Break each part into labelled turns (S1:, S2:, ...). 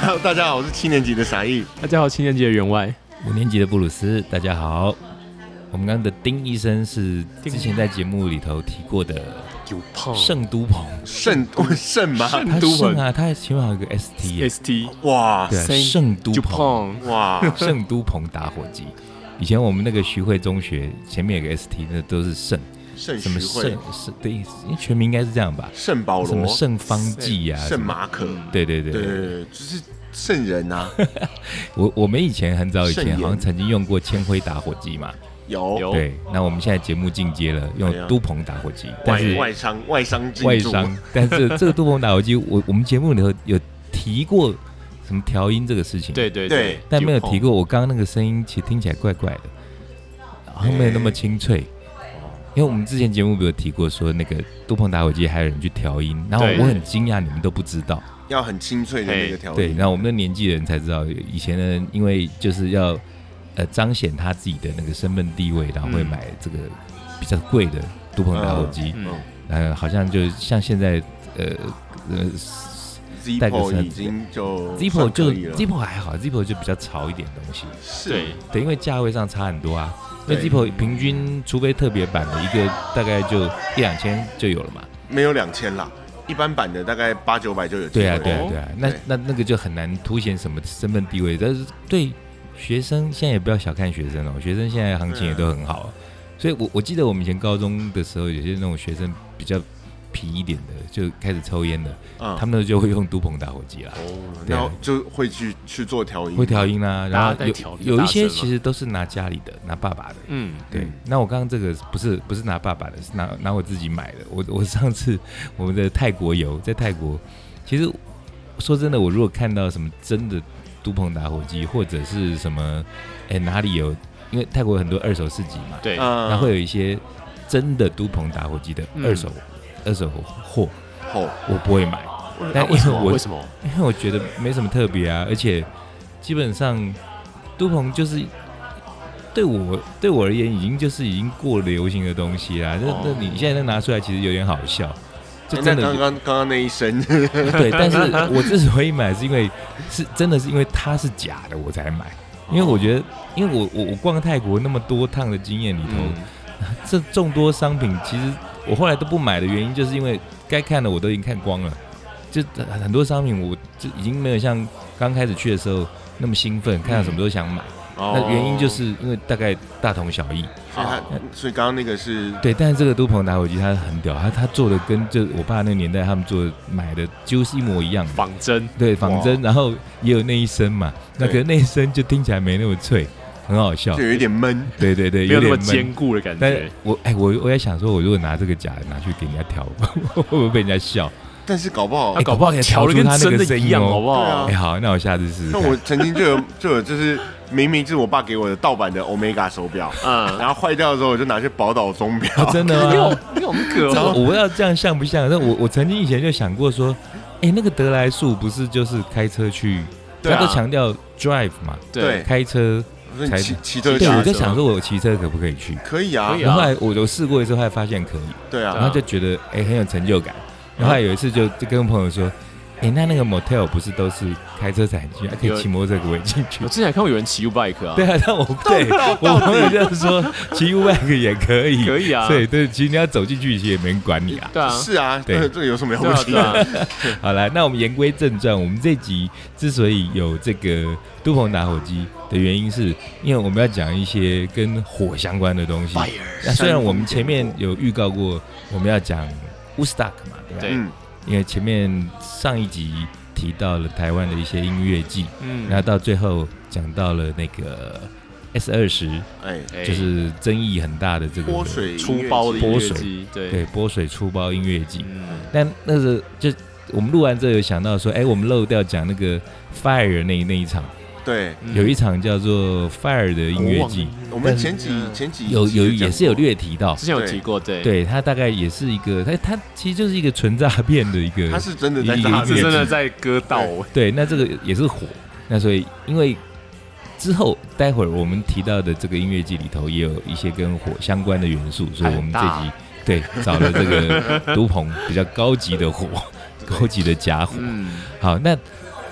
S1: Hello，大家好，我是七年级的傻义。
S2: 大家好，青年节的员外，
S3: 五年级的布鲁斯，大家好。我们刚刚的丁医生是之前在节目里头提过的
S2: 有胖
S1: 哦
S3: 圣都鹏，
S1: 肾肾吗？
S3: 他
S2: 都
S3: 圣
S2: 鹏
S3: 啊，他前面还有个 ST，耶
S2: ST
S1: 哇
S3: 对啊，
S2: 圣
S3: 圣都
S2: 就
S3: 鹏，
S2: 胖，
S1: 哇，
S3: 圣都鹏打火机。以前我们那个徐汇中学前面有个 ST，那都是圣
S1: 肾
S3: 什么
S1: 徐汇
S3: 圣、圣对，因为全名应该是这样吧？
S1: 圣保
S3: 什么
S1: 罗、
S3: 圣方济啊，
S1: 圣
S3: 什么
S1: 马可，
S3: 对对对
S1: 对，对对，就是圣人啊 呐，
S3: 我我们以前很早以
S1: 圣哦
S3: 前
S1: 言
S3: 好像曾经用过千灰打火机嘛，
S1: 有
S2: 有
S3: 对。那我们现在节目进阶了，
S1: 对啊
S3: 用都鹏打火机，但
S1: 外
S3: 是
S1: 外商外商进驻
S3: 外商， 但是这个杜鹏打火机，我我们节目里头有提过什么调音这个事情，，
S2: 对对
S1: 对
S3: 但没有
S2: 胖
S3: 提过我刚刚那个声音，其实听起来怪怪的，好像没有那么清脆。因为我们之前节目不有提过说那个杜鹏打火机还有人去调音，然后
S2: 对
S3: 我很惊讶你们都不知道，
S1: 要很清脆的那个
S2: 嘿
S1: 条
S3: 对，
S1: 件，
S3: 然后我们的年纪人才知道，以前的人因为就是要呃彰显他自己的那个身份地位，然后会
S2: 嗯
S3: 买这个比较贵的杜鹏打火机，
S2: 嗯
S1: 嗯
S3: 呃，好像就像现在呃呃戴个
S1: ，Zippo
S3: 绳
S1: 已经就
S3: Zippo 就
S1: 算可以了
S3: Zippo 还好，Zippo 就比较潮一点的东西，
S1: 是
S2: 对，
S3: 对，因为价位上差很多啊。因为
S1: 对
S3: Zippo 平均，除非特别版的一个，大概就一两千就有了嘛。
S1: 没有两千啦，一般版的大概八九百就有机
S3: 对
S1: 会
S3: 啊，
S1: 了，
S3: 对啊，对啊。那
S1: 哦对
S3: 那那个就很难凸显什么身份地位，但是对学生现在也不要小看学生哦，学生现在行情也都很好。啊
S1: 嗯
S3: 所以我我记得我们以前高中的时候，有些那种学生比较皮一点的，就开始抽烟的，
S1: 嗯，
S3: 他们就会用杜鹏打火机啦。
S1: 哦，
S3: 对
S1: 然
S3: 啊
S1: 后就会去去做调音，
S3: 会调音啦、
S2: 嗯
S3: 然
S2: 大家
S3: 后
S2: 在调
S3: 有有一些
S2: 大声嘛
S3: 其实都是拿家里的，拿爸爸的。
S2: 嗯，
S3: 对，
S1: 嗯
S3: 那我刚刚这个不是不是拿爸爸的，是拿拿我自己买的。我我上次我们的泰国游在泰国，其实说真的，我如果看到什么真的都鹏打火机或者是什么，哎哪里有，因为泰国有很多二手市集嘛，
S2: 对，
S1: 嗯，
S3: 那会有一些真的都鹏打火机的
S2: 嗯
S3: 二手、二手货，
S1: 后
S3: 我不会买。但
S2: 啊为什
S3: 因
S2: 么？
S3: 为我
S2: 为什么？
S3: 因为我觉得没什么特别啊，而且基本上杜鹏就是对我对我而言已经就是已经过流行的东西啦。那、
S2: 哦
S3: 那你现在再拿出来，其实有点好笑，就
S1: 哎那
S3: 真的、
S1: 刚刚刚刚那一声，
S3: 对。但是我之所以买，是因为是真的是因为它是假的我才买，因为我觉得，因为我我我逛泰国那么多趟的经验里头，
S2: 嗯，
S3: 这众多商品，其实我后来都不买的原因，就是因为该看的我都已经看光了，就很多商品我就已经没有像刚开始去的时候那么兴奋，看到什么都想买。
S2: 哦
S3: 那原因就是因为大概大同小异，
S1: 所以他所以刚刚那个是
S3: 对。但是这个都鹏打火机它很屌，它它做的跟就我爸那个年代他们做的买的几乎是一模一样的，
S2: 仿真，
S3: 对仿真，然后也有那一声嘛，那
S1: 对
S3: 可是那一声就听起来没那么脆，很好笑
S1: 就。有一点闷，
S3: 对对对，
S2: 没有那么
S3: 点闷
S2: 坚固的感
S3: 但
S2: 觉
S3: 是。我哎、我我也想说，我如果拿这个假的拿去给人家调， 会不会被人家笑？
S1: 但是搞不好
S2: 那搞不好
S3: 也
S2: 调
S3: 调
S2: 的
S3: 出
S2: 跟
S3: 他那
S2: 真
S3: 个
S2: 的
S3: 声
S2: 一
S3: 音
S2: 样，
S3: 哦
S2: 好不好
S3: 哎、？好，那我下次试试
S1: 那
S3: 看。哦
S1: 我曾经就有 就有就是明明是我爸给我的盗版的 Omega 手表，
S2: 嗯，
S1: 然后坏掉的时候我就拿去宝岛钟表，
S3: 啊、真的
S2: 你
S3: 吗
S2: 好？，你好可
S3: 这个
S2: 哦，
S3: 我不知道这样像不像，但我我曾经以前就想过说，哎、那个德来速不是就是开车去，
S2: 对啊
S3: 他都强调 drive 嘛，
S1: 对
S3: 开车。
S1: 我说你
S3: 才
S1: 骑骑车去
S3: 对，
S1: 啊
S3: 我在想说，我骑车可不可以去？
S1: 可以啊
S2: 可，以啊
S3: 然后后来我我试过一次，后来发现可以，
S1: 对
S3: 然
S1: 啊，
S3: 后就觉得哎、很有成就感。然后后来有一次就就跟朋友说，哎、那那个 motel 不是都是开车才能进去，还可
S2: 有
S3: 以骑摩托车可不可以进去
S2: 我？之前还看过有人骑 U bike 啊，
S3: 对啊，但我对我朋友就是说骑 U bike 也可以，
S2: 可以啊，
S3: 对对，其实你要走进去，其实也没人管你啊。
S2: 对啊，
S1: 是啊，
S3: 对
S1: 这这有什么了
S2: 对
S1: 不
S2: 啊，
S1: 起
S2: 对？啊，
S3: 好来，那我们言归正传，我们这集之所以有这个杜鹏打火机的原因是，因为我们要讲一些跟火相关的东西。那虽然我们前面有预告过，我们要讲 Woodstock 嘛，对吧？啊
S2: 对
S1: 嗯，
S3: 因为前面上一集提到了台湾的一些音乐季，
S2: 嗯，
S3: 那到最后讲到了那个 S 二十，
S1: 哎，
S2: 哎
S3: 就是争议很大的这个
S1: 泼水
S2: 出包的
S1: 音乐
S2: 音
S3: 泼
S2: 乐
S3: 水
S2: 机，对，
S3: 对波水出包音乐季。
S2: 嗯，
S3: 但那个就我们录完之后有想到说，哎、我们漏掉讲那个 Fire 那那一场，
S1: 对，
S2: 嗯
S3: 有一场叫做《Fire》的音乐季，
S1: 我们
S3: 但是
S1: 前几
S2: 嗯
S1: 前几
S3: 有
S1: 集
S3: 有
S1: 讲过
S3: 也是有略提到，
S2: 之前有提过，对，
S3: 对它大概也是一个，它它其实就是一个纯诈骗的一个，
S1: 他是真的在
S3: 一个
S1: 打
S2: 他
S3: 一
S1: 字
S3: 个
S2: 是真的在割稻尾，
S3: 对，那这个也是火。那所以，因为之后待会儿我们提到的这个音乐季里头也有一些跟火相关的元素，所以我们这
S2: 哎
S3: 集对找了 这个独棚比较高级的火，高级的假火。
S2: 嗯，
S3: 好，那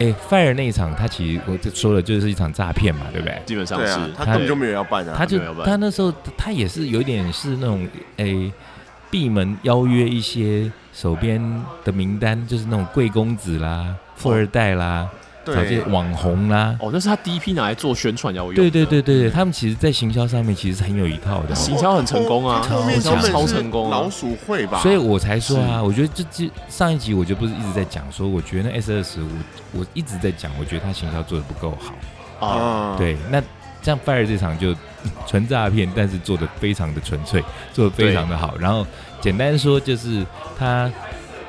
S3: 哎，Fire 那一场，他其实我就说了，就是一场诈骗嘛，对不对？
S2: 基本上
S1: 对
S2: 是
S1: 啊，他
S3: 他
S1: 根本就没有要办啊，
S3: 他就
S2: 没有办法
S3: 他那时候他也是有点是那种诶闭门邀约一些手边的名单，就是那种贵公子啦、富二代啦，找这些
S1: 对，
S3: 网红啦。
S2: 哦，那是他第一批拿来做宣传要用的，
S3: 对对对对对，他们其实，在行销上面其实是很有一套的，
S2: 行销很成功啊
S1: 他后面
S3: 超
S1: 根
S3: 强
S1: 本
S2: 超
S1: 是
S2: 成功啊
S1: 老鼠会吧？
S3: 所以我才说啊，我觉得这这上一集我就不是一直在讲说，我觉得那 S 二十我我一直在讲，我觉得他行销做的不够好。
S2: 啊，
S1: 啊，
S3: 对，那像 Fire 这场就嗯纯诈骗，但是做的非常的纯粹，做的非常的好。然后简单说就是他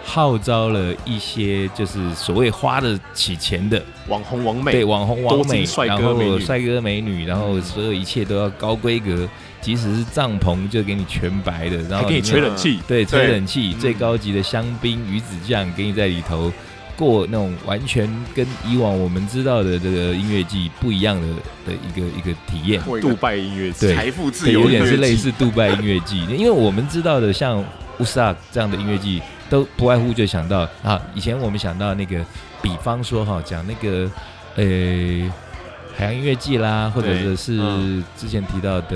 S3: 号召了一些就是所谓花得起钱的，
S2: 网红王美
S3: 对，网红网
S2: 多
S3: 美
S2: 金，帅
S3: 然
S2: 哥美
S3: 后
S2: 女嗯
S3: 帅哥美女，然后所有一切都要高规格，即使是帐篷就给你全白的，然
S2: 还
S3: 后
S2: 可以
S3: 里面
S2: 吹冷气，
S3: 对，吹
S1: 对
S3: 冷气，
S2: 嗯
S3: 最高级的香槟、鱼子酱给你在里头过那种完全跟以往我们知道的这个音乐季不一样的的一个一个体验，
S1: 过一个
S2: 杜拜音乐季，
S3: 对
S1: 财富自
S3: 对，
S1: 由
S3: 有点是
S1: 的
S3: 类
S1: 日记
S3: 似杜拜音乐季， 因为我们知道的像乌萨这样的音乐季都不外乎就想到啊，以前我们想到那个，比方说哈，讲那个呃。海洋音乐季啦，或者
S2: 对
S3: 是
S2: 嗯
S3: 之前提到的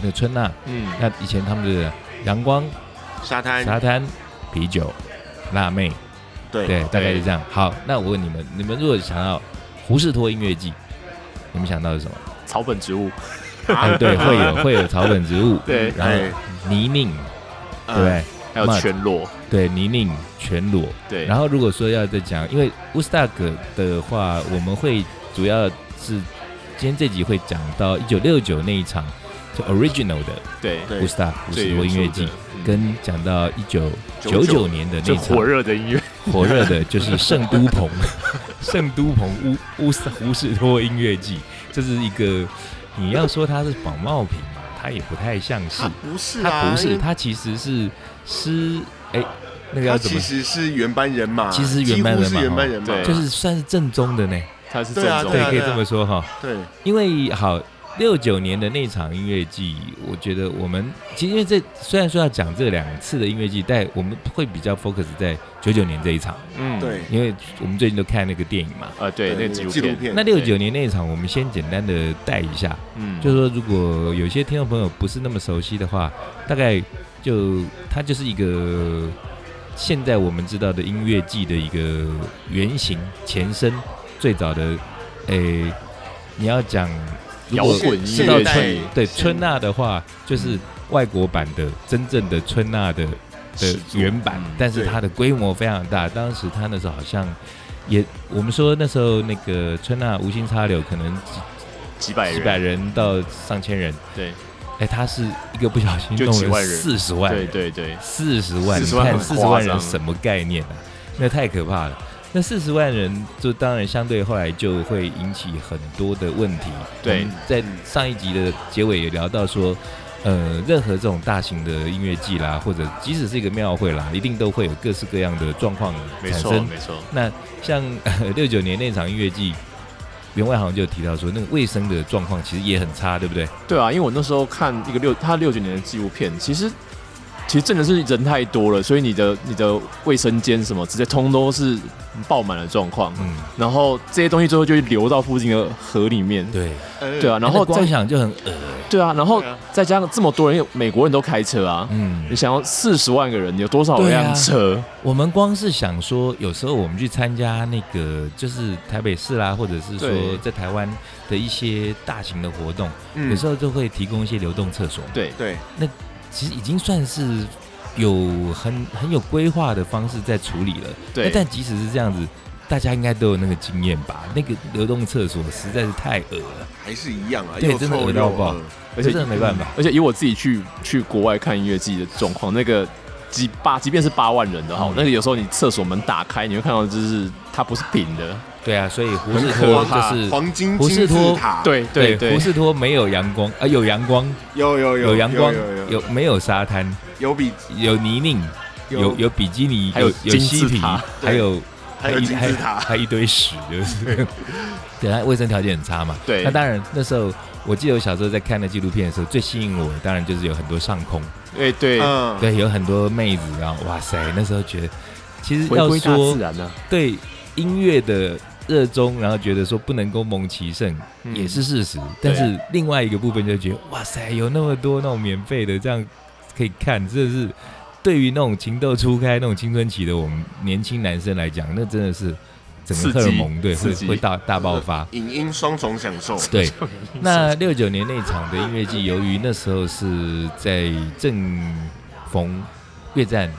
S3: 那个春娜，
S2: 嗯，
S3: 那以前他们的阳光
S1: 沙滩，
S3: 沙滩、啤酒、辣妹，
S1: 对
S3: 对，大概是这样。好，那我问你们，你们如果想到胡士托音乐季，你们想到的是什么？
S2: 草本植物，
S3: 啊，对，会有会有草本植物，
S2: 对
S3: 然
S1: 哎
S3: 后泥泞，对不
S1: 对，
S3: 对？
S2: 还有
S3: Mud
S2: 全裸，
S3: 对，泥泞全裸。
S2: 对，
S3: 然
S2: 后
S3: 后如果说要再讲，因为 w o o d s t o c k 的话，我们会主要是今天这集会讲到一九六九那一场，就 original 的
S2: 对，
S1: 对
S3: w o o d s t o c k 胡
S2: 最
S3: 士托音乐季
S2: 原，初的嗯
S3: 跟讲到一九九九年的那
S2: 最
S3: 一场
S2: 火 热的音乐，
S3: 火热的就是圣都 鹏，圣都鹏乌乌斯胡士托音乐季，这是一个你要说它是仿冒品嘛，它也不太像是
S1: 他，不是
S3: 它
S1: 啊，
S3: 不
S1: 因
S3: 是，
S1: 为
S3: 它其实是师哎，那个
S1: 他
S3: 要怎
S1: 其
S3: 么？
S1: 实是原班人马，
S3: 其实
S1: 几
S3: 原班
S1: 乎
S3: 人马
S1: 是原
S3: 哦
S1: 班人马，
S2: 对
S3: 就是算是正宗的呢，
S2: 它是正
S1: 对啊
S2: 宗
S1: 对
S3: 对，
S1: 啊
S3: 可以这么说哈。
S1: 对
S3: 因为好六九年的那场音乐季，我觉得我们其实因为这虽然说要讲这两次的音乐季，但我们会比较 focus 在九九年这一场，
S2: 嗯，
S1: 对，
S3: 因为我们最近都看那个电影嘛。
S2: 呃，对，那个纪
S1: 纪
S2: 录
S1: 录
S2: 片，
S1: 片
S3: 那六九年那一场，我们先简单的带一下，
S2: 嗯，
S3: 就是说，如果有些听众朋友不是那么熟悉的话，大概就它就是一个现在我们知道的音乐季的一个原型前身，最早的，诶、你要讲如
S2: 摇
S3: 果
S2: 滚音
S3: 知道
S1: 现
S2: 乐
S1: 代
S3: 春对嗯
S1: 现
S3: 春啊娜的话，就是外国版的真正的春娜的的
S2: 始作
S3: 原版
S2: 嗯，
S3: 但是
S1: 对
S3: 它的规模非常大。当时他那时候好像也，我们说那时候那个春娜无心插柳，可能几
S2: 几百
S3: 几百
S2: 人，
S3: 人到上千人，
S2: 对
S3: 哎，他是一个不小心
S2: 就几
S3: 弄了
S2: 万人
S3: 四十万
S2: 对
S3: 人，
S2: 对对，
S3: 四十万，你
S2: 40万
S3: 看
S2: 很
S3: 四十
S2: 夸
S3: 万
S2: 张
S3: 人什么概念啊？那太可怕了。那四十万人，就当然相对后来就会引起很多的问题。
S2: 对
S3: 我们在上一集的结尾也聊到说，呃，任何这种大型的音乐季啦，或者即使是一个庙会啦，一定都会有各式各样的状况
S2: 没
S3: 产
S2: 错
S3: 生。
S2: 没错，
S3: 那像 六九年那场音乐季，员外好像就有提到说，那个卫生的状况其实也很差，对不对？
S2: 对啊，因为我那时候看一个六他六九年的纪录片，其实其实真的是人太多了，所以你的你的卫生间什么直接通都是爆满的状况，
S3: 嗯，
S2: 然后这些东西最后就会流到附近的河里面。
S3: 对。
S1: 呃
S2: 对啊，然
S3: 那
S2: 后
S3: 光
S2: 再
S3: 想就很呃恶，
S2: 对啊，然后
S1: 对啊
S2: 再加上这么多人，因为美国人都开车啊，
S3: 嗯
S2: 你，想要四十万个人，有多少
S3: 对啊
S2: 辆车？
S3: 我们光是想说，有时候我们去参加那个就是台北市啦，或者是说
S2: 对
S3: 在台湾的一些大型的活动，有
S1: 嗯
S3: 时候就会提供一些流动厕所，
S2: 对
S1: 对
S3: 其实已经算是有很很有规划的方式在处理了。
S2: 对
S3: 但即使是这样子，大家应该都有那个经验吧？那个流动厕所实在是太恶了，
S1: 还是一样啊，
S3: 对
S1: 又
S3: 真的
S1: 臭
S3: 恶到
S1: 又
S3: 爆
S1: 恶
S2: 而且
S3: 真的没办法。
S2: 而且以我自己去去国外看音乐季的状况，那个几八，即便是八万人的哈，
S3: 嗯
S2: 那个有时候你厕所门打开，你会看到就是它不是平的，
S3: 对啊，所以胡适
S2: 很
S3: 托
S2: 可
S3: 就
S2: 怕
S3: 是
S1: 呃黄金
S3: 胡
S1: 金
S3: 适
S1: 字
S3: 托
S1: 塔，，
S2: 对对对
S3: 胡，适托没有阳光，啊，有阳光，
S1: 有有有
S3: 有阳光
S1: 有有，有
S3: 有没有沙滩，
S1: 有比
S3: 有泥泞，有有比基尼，
S2: 还有
S3: 有嬉
S2: 金字
S3: 皮，
S2: 塔
S3: 还有
S1: 还有
S3: 一
S1: 金
S3: 还
S1: 字塔
S3: 还一堆屎，就是 对，他卫生条件很差嘛。
S2: 对
S3: 那当然那时候我记得我小时候在看那纪录片的时候，最吸引我的当然就是有很多上空，
S2: 对对，
S3: 呃
S1: 嗯，
S3: 对，有很多妹子，然后哇塞，那时候觉得其实
S2: 回
S3: 要
S2: 归大
S3: 说
S2: 自然啊呢，
S3: 对音乐的热衷，然后觉得说不能够蒙其胜，
S2: 嗯
S3: 也是事实。
S2: 对
S3: 但是另外一个部分就觉得，哇塞，有那么多那种免费的，这样可以看，真的是对于那种情窦初开、那种青春期的我们年轻男生来讲，那真的是整
S2: 刺
S3: 个
S2: 激
S3: 荷尔蒙对会
S2: 刺激
S3: 会大大爆 发。
S1: 影音双重享受，
S3: 对，那六九年那场的音乐季，由于那时候是在正逢越战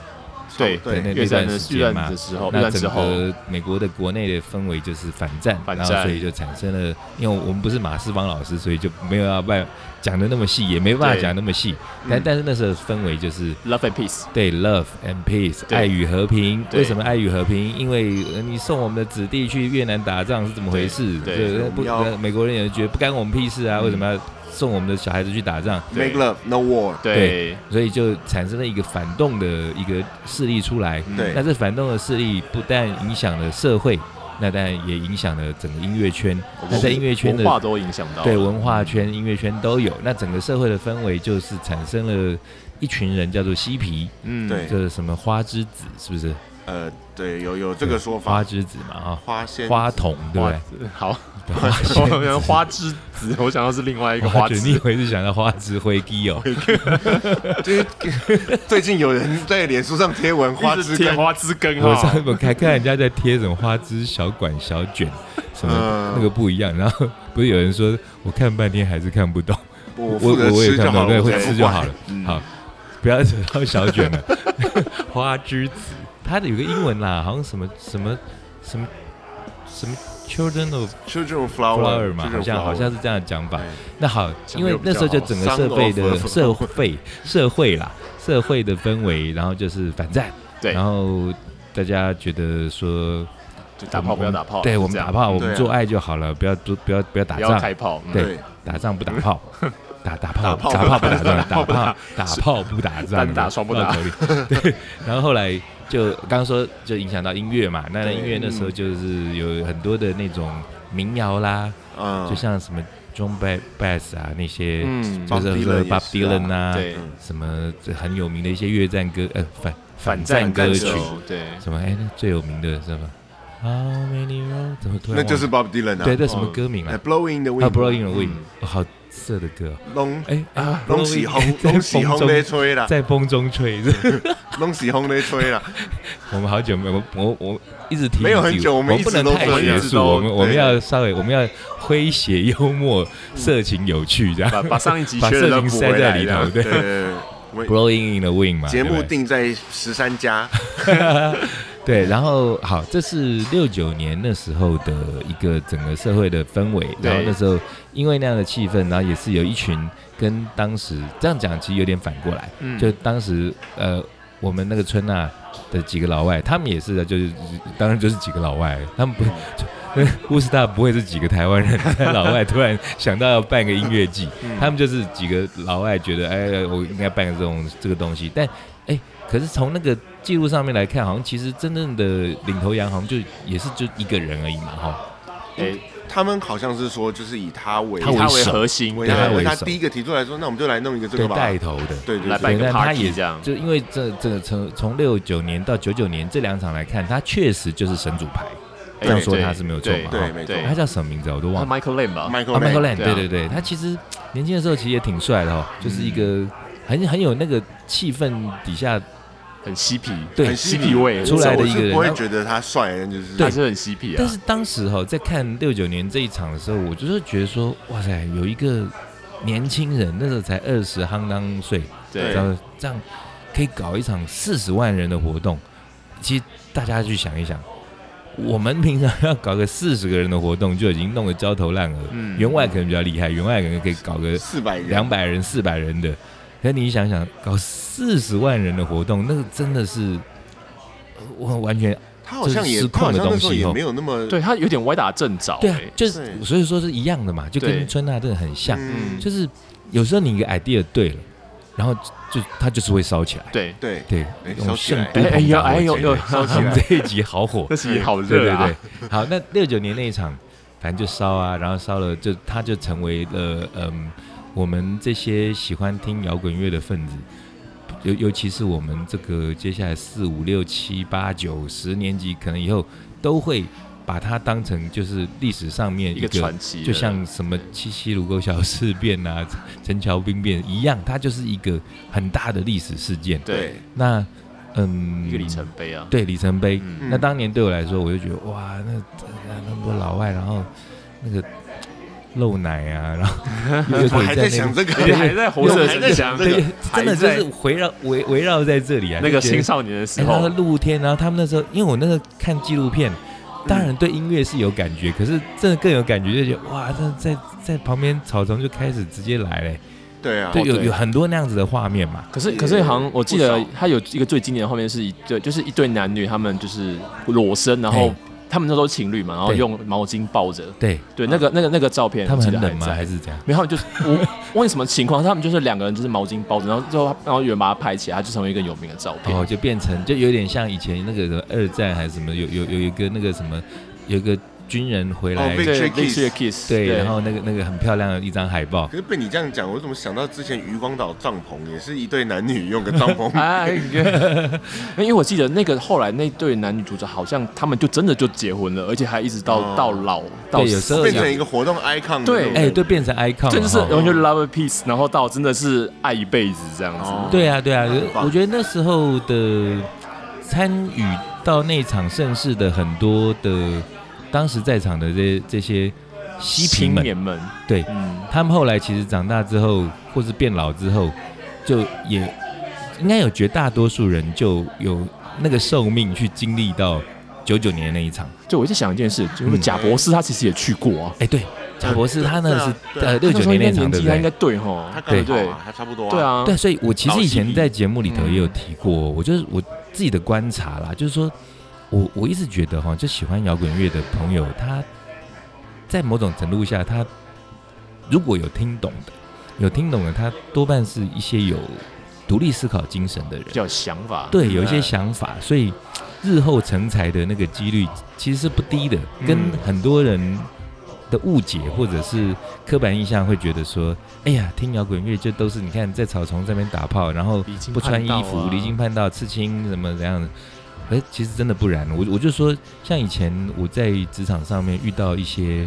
S2: 对
S1: 对
S3: 那
S2: 越战的
S3: 那段时
S2: 越
S3: 间
S2: 战
S3: 嘛
S2: 的时候，越
S3: 那
S2: 战哦之
S3: 整
S2: 后，
S3: 个美国的国内的氛围就是反战，
S2: 反
S3: 然后
S2: 战
S3: 所以就产生了，因为我们不是马世芳老师，所以就没有要办讲的那么细，也没办法
S2: 对
S3: 讲那么细。但、
S1: 嗯
S3: 但是那时候的氛围就是。
S2: Love and Peace，
S3: 对，love and peace，
S2: 对
S3: 爱与和平。
S2: 对
S3: 为什么爱与和平？因为呃你送我们的子弟去越南打仗是怎么回事？
S2: 对
S3: 对
S2: 对
S3: 呃不，
S1: 我们要
S3: 呃美国人也觉得不干我们屁事啊，
S2: 嗯
S3: 为什么要送我们的小孩子去打仗？
S2: 对
S1: ，Make love no war，
S2: 对
S3: 所以就产生了一个反动的一个势力出来。
S1: 对
S3: 嗯那这反动的势力不但影响了社会，那当然也影响了整个音乐圈。那在音乐圈
S2: 文化
S3: 的
S2: 都影响到，
S3: 对文化圈、音乐圈都有。那整个社会的氛围就是产生了一群人叫做嬉皮，
S2: 嗯
S1: 对
S3: 就是什么花之子，是不是？
S1: 呃，对，有有这个说
S3: 花
S1: 法，
S3: 之子嘛，哈、
S1: 花仙
S3: 花童对不
S2: 花
S3: 对？
S2: 枝好，
S3: 对 花
S2: 我
S3: 仙
S2: 想花之子，我想到是另外一个花
S3: 枝你以
S2: 枝，
S3: 为是想到花枝灰鸡哦？
S1: 就是最近有人在脸书上贴文花
S2: 一直
S1: 枝
S2: 贴
S1: 根，
S2: 花枝根
S3: 我
S2: 哈
S3: 上，次还看人家在贴什么花枝小管小卷，什么
S1: 嗯
S3: 那个不一样。然后不是有人说，我看半天还是看不懂，
S1: 我
S3: 我
S1: 负责
S3: 我也
S1: 吃
S3: 看
S1: 就
S3: 不
S1: 好
S3: 懂，
S1: 了，
S3: 对，
S1: 我
S3: 会
S1: 才
S3: 吃
S1: 不
S3: 就
S1: 管
S3: 好了。好，不要扯到小卷了。 花枝子，它的有个英文啦，好像什么什么什么什么 children of
S1: ，Children of
S3: flower
S1: flower
S3: 嘛，
S1: children
S3: 好
S1: of
S3: 像
S1: flower
S3: 好像是这样的讲法
S1: 对。
S3: 那好，
S2: 讲
S3: 因
S2: 得
S3: 为
S2: 比
S3: 那时候
S2: 较
S3: 就
S2: 好
S3: 整个社会
S1: Son
S3: 的
S1: of-
S3: 社会社会啦，社会的氛围，然后就是反战，
S2: 对
S3: 然后大家觉得说，
S2: 就打炮不要打炮，
S3: 对
S2: 就
S3: 我们
S2: 这样
S3: 打炮，我
S1: 对
S3: 们
S1: 啊
S3: 做爱就好了，不要不要不要打
S2: 不要
S3: 仗，
S2: 开炮，嗯
S3: 对
S1: 对，
S3: 打仗不打炮，打打
S1: 打
S3: 炮
S1: 炮
S3: 打炮不打仗，
S2: 打
S3: 打
S2: 炮不打
S3: 炮打炮不打仗，
S2: 单打双不打
S3: 绕口令。 对，然后后来就刚刚说就影响到音乐嘛，那
S1: 对
S3: 音乐那时候就是有很多的那种民谣啦，
S1: 嗯，
S3: 就像什么 John Ba- Bass 啊那些，
S2: 嗯
S3: 就
S1: Bob
S3: 是什
S1: Dylan
S3: 么
S1: 也
S3: Bob
S1: 是啊
S3: Dylan 啊，
S2: 对，
S3: 什么很有名的一些越战歌，呃反
S2: 反
S3: 战
S2: 战
S3: 歌
S2: 歌
S3: 曲
S2: 曲，，对，
S3: 什么哎那最有名的是什么？How many roads？怎么突
S1: 那
S3: 然忘
S1: 就
S3: 了
S1: 是 Bob Dylan 啊，
S3: 对，这什么
S2: 嗯
S3: 歌名
S1: 哎
S3: 啊
S1: ，Blowing the wind，
S3: 啊，Blowing the Wind，
S2: 嗯
S3: 哦好色的歌哦。
S1: 龙
S3: 哎啊，
S1: 龙喜
S3: 红，
S1: 红，龙喜红嗯在吹啦，
S3: 在风中吹着。
S1: 龙喜红在吹啦，
S3: 我们好久没有，我我我一直提
S1: 没有很
S3: 醒
S1: 久
S3: 我
S1: 我们一
S3: 不
S1: 直
S3: 能
S1: 都
S3: 太
S1: 这
S3: 学
S1: 样
S3: 术，我们
S1: 对嗯
S3: 我们要稍微我们要诙谐幽默、色情有趣这
S2: 把
S3: 样。
S2: 把上一集
S3: 把
S2: 学的
S3: 色
S2: 都
S3: 情
S2: 补
S3: 塞
S2: 回
S3: 在
S2: 来
S3: 里
S2: 这样
S3: 头，对。啊
S1: 对，我们
S3: Blowing in the wind 嘛，
S1: 节目
S3: 对不对
S1: 定在十三家，
S3: 对，然后好，这是六九年那时候的一个整个社会的氛围，
S2: 对
S3: 然后那时候因为那样的气氛，然后也是有一群跟当时这样讲，其实有点反过来，
S2: 嗯
S3: 就当时呃，我们那个村啊的几个老外，他们也是的，就是当然就是几个老外，他们不，就 乌斯达不会是几个台湾人 在老外突然想到要办个音乐季，他们就是几个老外觉得，哎，我应该办个这种这个东西，但哎，可是从那个记录上面来看，好像其实真正的领头羊好像就也是就一个人而已嘛，哈，
S2: 哎，
S1: 他们好像是说就是以他为
S2: 以他为
S3: 首
S2: 核心，
S1: 为
S3: 对
S1: 他
S3: 他为
S1: 他
S3: 首
S1: 第一个提出来说，那我们就来弄一个这
S3: 对，
S1: 个吧，
S3: 带头的。
S1: 对对
S2: 来
S1: 对
S2: 办一
S3: 对
S2: 个
S3: 但他
S2: party
S3: 也
S2: 这样，
S3: 就因为这这从从六九年到九九年这两场来看，他确实就是神主牌，
S2: 哎
S3: 这样说
S2: 对
S3: 他是没有错
S2: 对
S3: 嘛
S1: 对没错
S2: 对
S3: 他叫什么名字啊我都
S2: 他
S3: 忘了。
S2: Michael Lane 吧，
S3: 啊
S1: Michael
S3: ，Michael Land，
S2: 对啊
S3: 对对对，他其实年轻的时候其实也挺帅的哦，就是一
S2: 嗯
S3: 个很很有那个气氛底下
S2: 很嬉皮，
S3: 对
S1: 很
S2: 嬉
S1: 嬉
S2: 皮
S1: 皮
S2: 味
S3: 出来的一个人
S1: 我是不会觉得他帅，但就是
S2: 还是很嬉皮啊，
S3: 但是当时哈、在看六九年这一场的时候，我就是觉得说，哇塞，有一个年轻人，那时候才二十夯当岁，
S2: 对
S3: 然后这样可以搞一场四十万人的活动。其实大家去想一想，我们平常要搞个四十个人的活动，就已经弄得焦头烂额。
S2: 嗯
S3: 员外可能比较厉害，员外可能可以搞个
S1: 四百人，
S3: 两百人、四百人的。可你想想，搞四十万人的活动，那个真的是呃我完全
S1: 他好像
S3: 这
S1: 也
S3: 是失
S1: 他好
S3: 控的
S1: 像那时候
S3: 东西
S1: 也
S3: 哦
S1: 没有那么
S2: 对他有点歪打正着、
S1: 哦
S3: 对啊
S2: 欸，
S3: 就是
S1: 对
S3: 所以说是一样的嘛，就
S2: 对
S3: 跟川大真的很像，
S1: 嗯，
S3: 就是有时候你一个 idea 对了，然后就它就是会烧起来。
S2: 对，
S1: 对
S3: 对
S1: 哎，
S3: 用
S1: 烧起来
S3: 圣都
S2: 哎哎
S3: 同
S2: 呦
S3: 打火
S2: 哎呦
S3: 机
S2: 呦
S1: 烧起
S3: 我们
S1: 来，
S3: 这一集好火，
S2: 那是 好热
S3: 对对
S2: 啊，
S3: 对。好，那六九年那一场，反正就烧啊，然后烧了就，它就成为了嗯，我们这些喜欢听摇滚乐的分子，尤尤其是我们这个接下来四五六七八九十年级，可能以后都会把它当成就是历史上面
S2: 一
S3: 一
S2: 个
S3: 个
S2: 传奇了，
S3: 就像什么七七卢沟桥事变啊、陈桥兵变一样，它就是一个很大的历史事件。
S2: 对
S3: 那嗯，
S2: 一个里程碑啊，
S3: 对里程碑。
S2: 嗯
S1: 嗯
S3: 那当年对我来说，我就觉得哇，那那那么多老外，然后那个漏奶啊， 然后又
S1: 我
S3: 可以
S1: 还在
S3: 那
S1: 想
S3: 个，
S1: 这 个，
S2: 而且还在红色
S1: 还在
S2: 沉
S1: 想
S2: 香
S1: 这个
S3: 对，真的就
S2: 还
S3: 是
S2: 在
S3: 围绕围围绕在这里啊。
S2: 那个
S3: 就觉得
S2: 青少年的时
S3: 哎，那
S2: 候，
S3: 个露天，然后他们那时候，因为我那个看纪录片，当然对音乐是有感觉，可是真的更有感觉，就觉得哇，这在在旁边草丛就开始直接来嘞，
S1: 对啊，
S3: 对，有
S2: 哦对
S3: 有很多那样子的画面嘛，
S2: 可是
S1: 也
S2: 可是好像我记得
S1: 不少
S2: 他有一个最经典的画面是一对，就是一对男女，他们就是裸身，然后
S3: 嘿
S2: 他们那时候情侣嘛，然后
S3: 对
S2: 用毛巾抱着，
S3: 对
S2: 对，那个那个那个照片，
S3: 他们
S2: 我记
S3: 很
S2: 得
S3: 冷吗？
S2: 还
S3: 还
S2: 在。
S3: 是怎样？
S2: 没有，他们就是 我忘记什么情况，他们就是两个人就是毛巾包着，然后最后然后有人把它拍起来，它就成为一个有名的照片。
S3: 哦，就变成就有点像以前那个什么二战还是什么，有有有一个那个什么，有一个军人回来，
S1: 哦被
S2: 对
S1: Victory
S2: ，Victory Kiss，
S3: 对，然后那个那个很漂亮的一张海报，
S1: 可是被你这样讲，我怎么想到之前渔光岛帐篷也是一对男女用个帐
S3: 啊
S1: 篷？
S2: 哎，因为我记得那个后来那对男女主角好像他们就真的就结婚了，而且还一直到、
S1: 哦
S2: 到老到
S3: 对有时候
S2: 死
S1: 变成一个活动 icon 的
S2: 对
S1: 那种
S3: 哎，对，变成 icon，
S2: 真的是哦
S3: 哈
S2: 完全 love and peace，然后到真的是爱一辈子这样子。
S1: 哦
S3: 对啊，对啊
S1: 很，棒
S3: 我觉得那时候的参与到那场盛世的很多的，当时在场的这这些嬉皮
S2: 青
S3: 们，
S2: 年们，
S3: 对
S2: 嗯，
S3: 他们后来其实长大之后，或是变老之后，就也应该有绝大多数人就有那个寿命去经历到九九年那一场。
S2: 就我在想一件事，就是
S3: 嗯
S2: 贾博士他其实也去过啊，
S3: 哎，对，贾博士
S1: 对
S3: 他那
S1: 对
S3: 是
S1: 啊对啊
S3: 呃六
S2: 他
S3: 九
S2: 说
S3: 年那一
S2: 应该
S3: 场，
S2: 年
S3: 对
S2: 纪
S3: 不
S2: 他应该？
S3: 对
S2: 对吼
S1: 他，刚好
S2: 对对
S1: 啊，他差不多
S2: 对，啊，
S3: 对，所以我其
S1: 老
S3: 实以前
S1: CD
S3: 在节目里头
S2: 嗯
S3: 也有提过，我就是我自己的观察啦，就是说我我一直觉得哈，就喜欢摇滚乐的朋友，他在某种程度下，他如果有听懂的，有听懂的，他多半是一些有独立思考精神的人
S2: 比，较有想法，
S3: 对，有一些
S2: 嗯
S3: 想法，所以日后成才的那个几率其实是不低的，跟
S2: 嗯
S3: 很多人的误解或者是刻板印象会觉得说，哎呀，听摇滚乐就都是你看在草丛上面打炮，然后
S2: 离经
S3: 不穿
S2: 叛道
S3: 衣服
S2: 啊，
S3: 离经叛道、刺青什么怎样的。哎，其实真的不然，我我就说，像以前我在职场上面遇到一些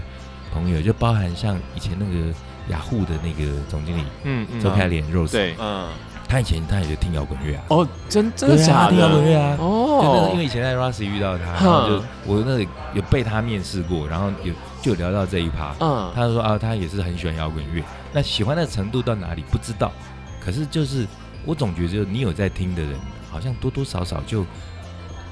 S3: 朋友，就包含像以前那个雅虎的那个总经理
S2: 嗯嗯，
S3: 周开脸 Rose，、
S2: 对，
S1: 嗯，
S3: 他以前他也就听摇滚乐啊，
S2: 哦，真真
S3: 对啊，
S2: 的假
S3: 他听摇滚
S2: 的？
S3: 乐啊，就那
S2: 哦
S3: 个，因为以前在 Rossi 遇到他，然
S2: 哼
S3: 后就我那里有被他面试过，然后有就有聊到这一趴，
S2: 嗯，
S3: 他说啊，他也是很喜欢摇滚乐，那喜欢的程度到哪里不知道，可是就是我总觉得就是你有在听的人，好像多多少少就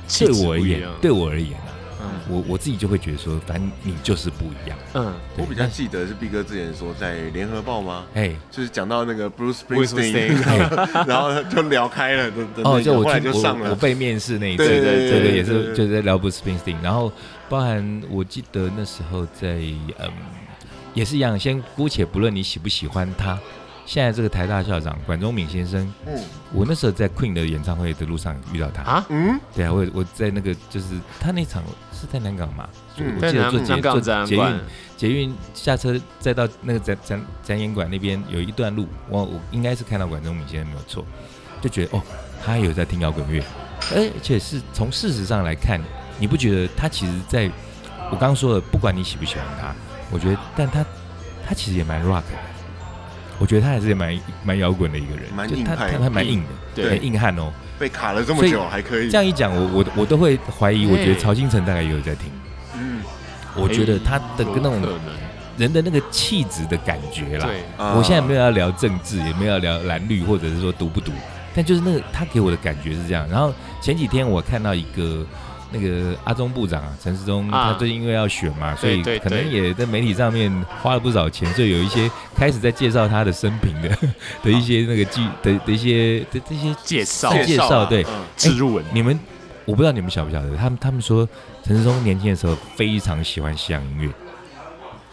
S2: 气
S3: 对
S2: 质
S3: 我而
S2: 不一
S3: 言
S2: 样，
S3: 对我而言啊，
S2: 嗯
S3: 我我自己就会觉得说，反正你就是不一样。
S2: 嗯，
S3: 对
S1: 我比较记得是毕哥之前说在联合报吗？
S3: 哎。
S1: 就是讲到那个 Bruce
S2: Bruce
S1: Springsteen，然 后就聊开了，的的
S3: 哎哦，
S1: 那
S3: 就
S1: 个，
S3: 我
S1: 后来
S3: 听
S1: 就上
S3: 我我
S1: 了。
S3: 被面试那一次，
S1: 对
S2: 对
S3: 对
S2: 对
S3: 对，
S1: 对
S3: 也是
S1: 对
S3: 就在聊 Bruce Springsteen，然后包含我记得那时候在嗯，也是一样，先姑且不论你喜不喜欢他，现在这个台大校长管中闵先生，
S1: 嗯
S3: 我那时候在 Queen 的演唱会的路上遇到他，
S2: 啊，
S1: 嗯，
S3: 对啊，我我在那个就是他那场是在南港嘛，
S1: 嗯
S3: 我
S2: 在
S3: 记得
S2: 南
S3: 坐捷
S2: 南港
S3: 坐
S2: 展
S3: 捷
S2: 览
S3: 运
S2: 馆，
S3: 捷运下车，再到那个展展展演馆那边有一段路，我我应该是看到管中闵先生没有错，就觉得哦，他有在听摇滚乐，而且是从事实上来看，你不觉得他其实在我刚刚说的，不管你喜不喜欢他，我觉得，但他他其实也蛮 rock 的，我觉得他还是蛮蛮摇滚的一个人，
S1: 蛮
S3: 就
S1: 硬
S3: 他
S1: 派
S3: 他
S1: 的
S3: 他蛮硬的，
S2: 对
S3: 很硬汉哦。
S1: 被卡了这么
S3: 所以
S1: 久还可以
S3: 这，样一讲，我我我都会怀疑，我觉得
S2: 嘿
S3: 曹星辰大概也有在听，
S1: 嗯，
S3: 我觉得他
S2: 哎
S3: 的
S2: 有
S3: 那种
S2: 可能
S3: 人的那个气质的感觉啦。
S2: 对，
S1: 啊
S3: 我现在没有要聊政治，也没有要聊蓝绿，或者是说毒不毒，但就是那个他给我的感觉是这样。然后前几天我看到一个那个阿中部长啊，陈时中，
S2: 啊
S3: 他最近因为要选嘛，所以
S2: 对
S3: 可
S2: 对
S3: 能也在媒体上面花了不少钱，所以有一些开始在介绍他的生平的 的一些那个记的的一些的这些
S2: 介绍
S3: 介绍对哎
S1: 嗯
S2: 植入文，
S3: 你们我不知道你们晓不晓得，他们他们说陈世忠年轻的时候非常喜欢西洋音乐，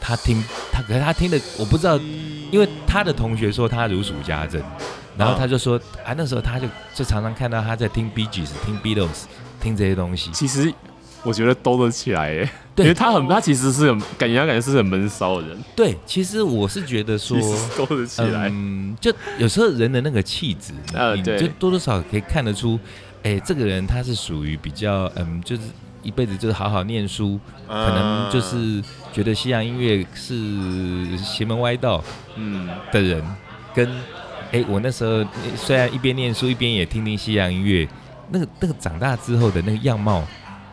S3: 他听他可是他听的我不知道，因为他的同学说他如数家珍，然后他就说啊那时候他就就常常看到他在听 B G S、听 Beatles、听这些东西，
S2: 其实我觉得兜得起来耶，
S3: 对
S2: 因为他很，他其实是很感觉，他感觉是很闷骚的人，
S3: 对，其实我是觉得说
S2: 其。实是兜得起来。
S3: 嗯，就有时候人的那个气质，
S2: 呃
S3: 你
S2: 对
S3: 就多多少少可以看得出，哎、这个人他是属于比较，嗯，就是一辈子就是好好念书，
S1: 嗯
S3: 可能就是觉得西洋音乐是邪门歪道
S2: 嗯，
S3: 的人，跟哎、我那时候诶虽然一边念书一边也听听西洋音乐，那个那个长大之后的那个样貌、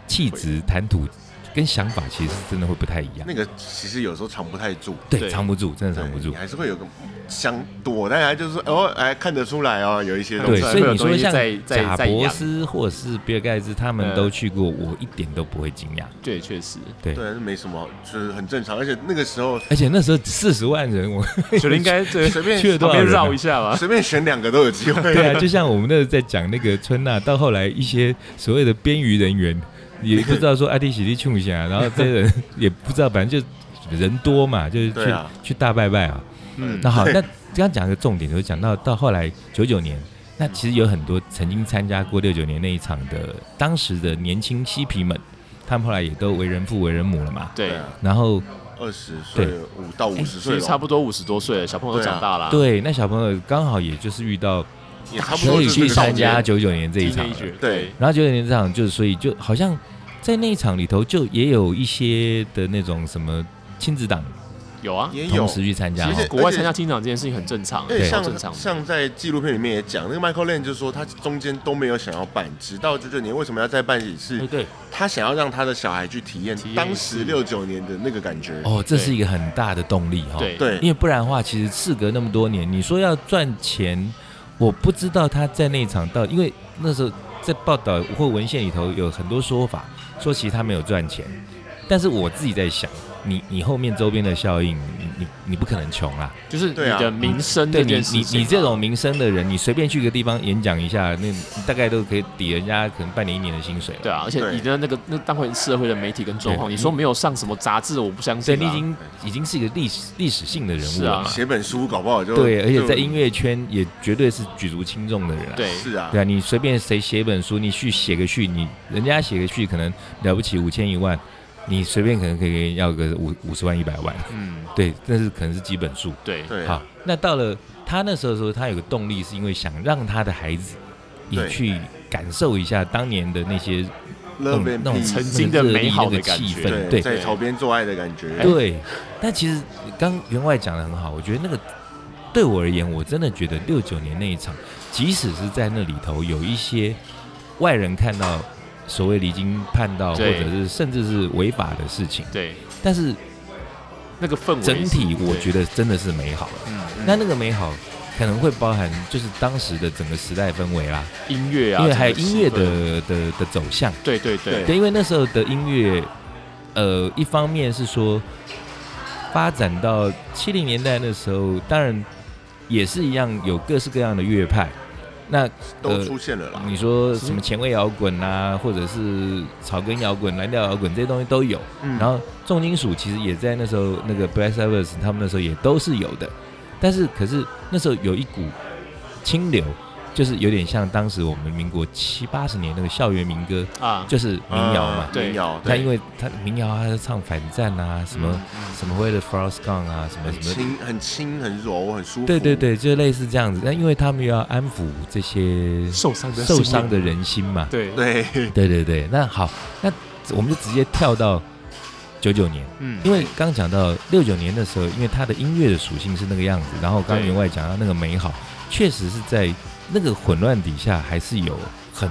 S3: 气质、谈吐跟想法，其实真的会不太一样
S1: 嗯那。个其实有时候藏不太住，
S3: 对，
S2: 对
S3: 藏不住，真的藏
S1: 对
S3: 不住
S1: 你。还是会有个想躲，但还就是说哦，哎，看得出来哦，有一些东
S3: 对，
S1: 西
S2: 出来
S3: 所以
S2: 会有
S3: 你说
S2: 东西
S3: 像
S2: 在在
S3: 贾
S2: 在
S3: 博
S2: 养
S3: 士或者是比尔盖茨，他们
S2: 嗯
S3: 都去过，我一点都不会惊讶。
S2: 对，确 实，
S1: 对，是没什么，就是很正常。而且那个时候
S3: 而且那时候四十万人，我
S2: 觉得应该这
S1: 随便
S3: 去了多
S2: 旁
S3: 少人
S2: 边
S3: 啊
S2: 绕一下吧。
S1: 随便选两个都有机会。
S3: 对啊，就像我们那时候在讲那个春娜，到后来一些所谓的边缘人员也不知道说阿弟喜弟冲一下，然后这些人也不知道，反正就人多嘛，就是去、
S1: 对啊
S3: 去大拜拜啊。
S2: 嗯
S3: 那好，那刚刚讲一个重点，就是讲到到后来九九年，那其实有很多曾经参加过六九年那一场的当时的年轻嬉皮们，他们后来也都为人父为人母了嘛。
S1: 对
S2: 对，
S1: 啊，
S3: 然后
S1: 二十岁
S3: 对
S1: 五到五十
S2: 所
S1: 岁
S2: 以
S1: 了，
S2: 差不多五十多岁了，小朋友都
S1: 对啊
S2: 长大了啊。
S3: 对，那小朋友刚好也就是遇到
S1: 也差不
S3: 可
S1: 多
S3: 以
S1: 就是这
S3: 去
S1: 个
S3: 参
S1: 时间
S3: 加九九年这一场了
S2: Teenager，
S1: 对
S3: 然后九九年这场就是，所以就好像在那一场里头，就也有一些的那种什么亲子党
S2: 有啊，
S1: 也有
S3: 同。时去参加
S1: 其
S3: 哦
S1: 实。
S2: 国外参加青长这件事情很正常，
S1: 而且
S3: 对
S2: 超
S1: 像
S2: 正常的。
S1: 像在纪录片里面也讲，那个 Michael Land 就说他中间都没有想要办，直到九九年为什么要再办一次
S3: 对？对，
S1: 他想要让他的小孩去体验
S2: 体验一次
S1: 当时六九年的那个感觉。
S3: 哦，这是一个很大的动力哈、哦。
S2: 对
S1: 对
S3: 因，为不然的话，其实事隔那么多年，你说要赚钱，我不知道他在那一场到底，因为那时候在报道或文献里头有很多说法，说其实他没有赚钱，但是我自己在想，你你后面周边的效应，你你你不可能穷啦，
S2: 就是你
S1: 对啊
S2: 的名声这
S3: 对你
S2: 件事
S3: 你
S2: 情啊
S3: 你这种民生的人，你随便去个地方演讲一下，那你大概都可以抵人家可能半年一年的薪水了。
S2: 对啊，而且
S1: 对
S2: 你的那个那当回社会的媒体跟状况，
S3: 对
S2: 你说没有上什么杂志，我不相
S3: 所以
S2: 信啊。
S3: 你已经已经是一个历史历史性的人物了嘛。
S1: 写本书搞不好就
S3: 啊对，而且在
S1: 就
S3: 音乐圈也绝对是举足轻重的人、啊。
S2: 对
S1: 是啊
S3: 对，啊，你随便谁写本书，你去写个序，你人家写个序可能了不起五千一万，你随便可能可以要个五五十万一百万，
S2: 嗯，
S3: 对，但是可能是基本数。
S2: 对
S1: 对啊
S3: 好，那到了他那时候的时候，他有个动力，是因为想让他的孩子也
S1: 对
S3: 去感受一下当年的那些那种
S1: ，Love and
S3: 那种
S1: Peace
S2: 曾经的美好
S3: 那
S2: 的
S3: 个
S2: 感
S3: 气
S2: 觉
S3: 氛，
S1: 对，
S3: 对哎
S1: 在草边做爱的感觉，
S3: 对。但其实刚员外讲的很好，我觉得那个对我而言，我真的觉得六九年那一场，即使是在那里头有一些外人看到所谓离经叛道，或
S2: 对
S3: 者是甚至是违法的事情，
S2: 对，
S3: 但是
S2: 那个氛围
S3: 整体
S2: 是
S3: 我觉，得真的是美好
S2: 对嗯，
S3: 那那个美好可能会包含就是当时的整个时代氛围啦，
S2: 音乐啊，
S3: 因为还有
S2: 整个气
S3: 音乐
S2: 氛，
S3: 的的的走向。
S2: 对对对
S1: 对
S3: 对，因为那时候的音乐，呃，一方面是说发展到七零年代那时候，当然也是一样有各式各样的乐派。那呃
S1: 都出现了啦。
S3: 你说什么前卫摇滚啦，或者是草根摇滚、蓝调摇滚这些东西都有。
S1: 嗯
S3: 然后重金属其实也在那时候，那个 Black Sabbath 他们那时候也都是有的，但是可是那时候有一股清流，就是有点像当时我们民国七八十年那个校园民歌，
S2: 啊，
S3: 就是民谣嘛
S1: 啊。
S2: 对
S1: 民谣，
S3: 他
S1: 对，
S3: 因为他民谣啊，他唱反战啊，什么、
S2: 嗯
S3: 什么为了 Frost Gun 啊，什么
S1: 很
S3: 什么，
S1: 轻、很轻、很柔、很舒服。
S3: 对对，对，就类似这样子。那因为他们又要安抚这些
S2: 受伤的
S3: 受伤
S2: 的，
S3: 的人心嘛。
S2: 嗯对，
S1: 对，
S3: 对对对，那好，那我们就直接跳到九九年，
S2: 嗯，
S3: 因为刚讲到六九年的时候，因为他的音乐的属性是那个样子，然后刚刚
S2: 对
S3: 员外讲到那个美好，确实是在那个混乱底下，还是有很